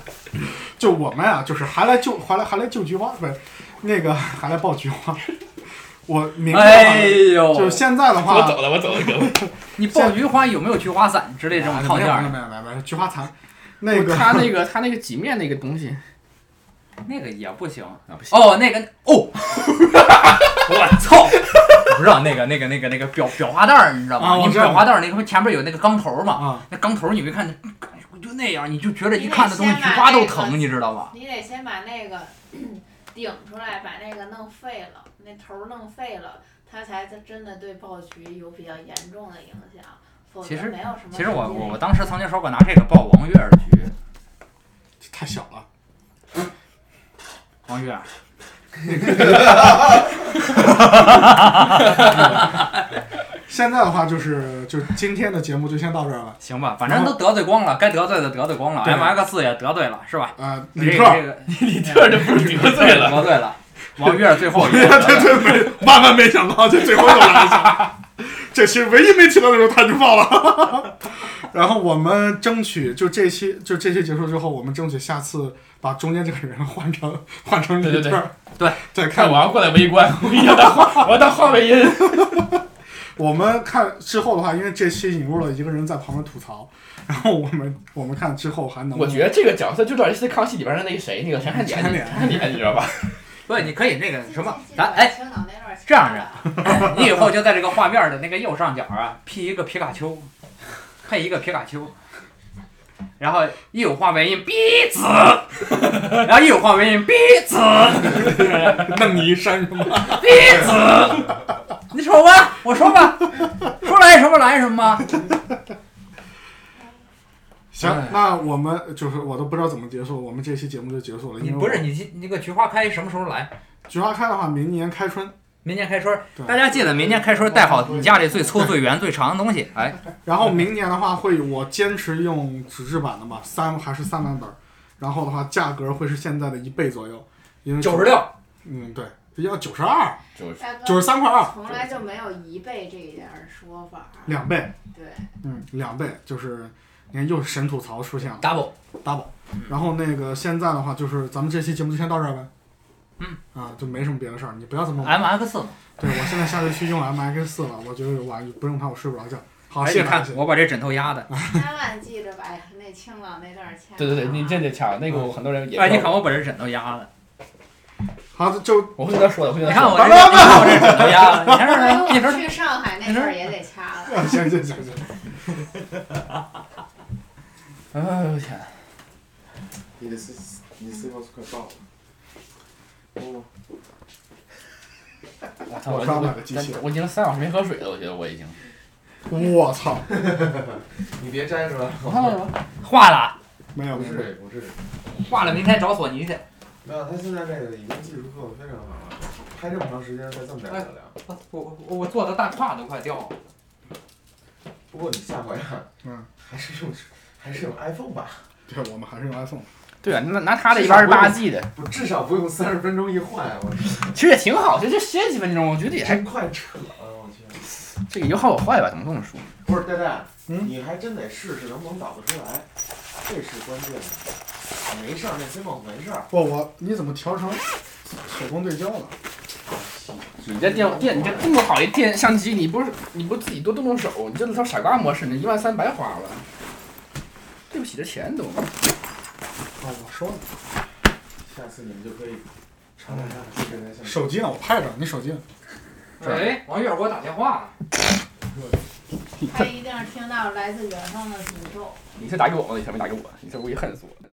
就我们啊，就是还来救，还来还来救菊花，不是那个还来抱菊花。 我明哎白了，就是呦，现在的话，我走了我走了，哥们儿你抱菊花有没有菊花伞之类这种套件没有儿？没有没有没有，菊花残。那个他那个他那个几面那个东西那个也不行。啊不行，哦，那个 哦，我操！不知道那个那个那个那个裱裱花袋儿，你知道啊吗？我你知道裱花袋儿那个不前面有那个钢头嘛？啊，那钢头你没看，就那样，你就觉得一看那东西菊花都疼，你知道吧？你得先把那个顶出来，把那个弄废了，那头儿弄废了，它才真的对爆菊有比较严重的影响，否其则实没有什么。其实我我我当时曾经说过拿这个抱王月儿的菊，太小了。王月儿，现在的话就是，就今天的节目就先到这儿了。行吧，反正都得罪光了，该得罪的得罪光了对，M X 也得罪了，是吧？呃，这李个特，这个李特这不是得罪了，得罪 了。王月儿最后一个，对对没，万万没想到，这最后又来一下。这期唯一没提到的就是他就爆了。然后我们争取，就这期就这期结束之后，我们争取下次把中间这个人换成换成李对对对特，对再 看看我要过来围观，我要当话我要当话尾音，我们看之后的话，因为这期引入了一个人在旁边吐槽，然后我们我们看之后还能不能我觉得这个角色就到这康熙里边的那个谁，那个陈汉典，陈汉典陈汉典，你知道吧？不，你可以那个什么，记得咱哎，青岛那段儿这样的 你以后就在这个画面的那个右上角啊，P 一个皮卡丘，配一个皮卡丘，然后一有画面音，逼 子，然后一有画面音，逼子，弄你一身是吗？逼子，你瞅吧，我说吧， 说来什么来什么，行哎，那我们就是我都不知道怎么结束，我们这期节目就结束了。你因为不是我你你那个菊花开什么时候来？菊花开的话，明年开春，明年开春对，大家记得明年开春带好你家里 最粗、最圆、最长的东西。哎，然后明年的话会我坚持用纸质版的吧，三还是三版本儿，然后的话价格会是现在的一倍左右，因为九十，六，嗯对，要九十二，就是大哥九十三块二，从来就没有一倍这一点儿说法。两倍，对，嗯，两倍就是。你看，又是神吐槽出现了 double， ，double。然后那个现在的话，就是咱们这期节目就先到这儿呗。嗯。哎啊，就没什么别的事儿，你不要这么。 M X 嘛。对我现在下学期用 MX 四了，我觉得晚不用它我睡不着觉。好，哎，谢谢你大看家。我把这枕头压的。千万记着把那青岛那段儿掐。啊对对对，你这得抢那个，我很多人也哎，你看我把这枕头压的。好，就 我会跟他说的，我会你跟他看说我的这，你看我这枕头压的。你看哎呦 这，你我说去上海那阵儿也得掐 了。行行行行，哎呦我天，你的碎，你的碎包子快爆了。哦，我操，我我刷买的机器我我已经三小时没喝水了，我觉得我已经。我操，你别摘出来，我看到什么？化了，没有不没有，是不是，化了，明天找索尼去。没有，他现在这个已经技术做的非常好了，拍这么长时间才这么点儿质量。我我我做的大胯都快掉了。不过你下回啊，嗯，还是用还是用 iPhone 吧，对我们还是用 iPhone。对啊，拿拿他的一百二十八 G 的，不至少不用三十分钟一换，我其实也挺好，就这歇几分钟，我觉得也还真快扯了，我去。这个有好有坏吧，怎么这么说？不是，戴戴，嗯你还真得试试能不能导得出来，这是关键的。没事儿，那 C 梦没事儿。不，我你怎么调成手工对焦了？你这电电，你这这么好一电相机，你不是你不自己多动动手，你这套傻瓜模式，你一万三白花了，对不起这钱都。哦，我说了，下次你们就可以尝尝看这个像手机呢？我拍着，你手机呢？哎，王月给我打电话了。他一定是听到来自远方的诅咒。你是打给我吗？你才没打给我，你这故意恨死我。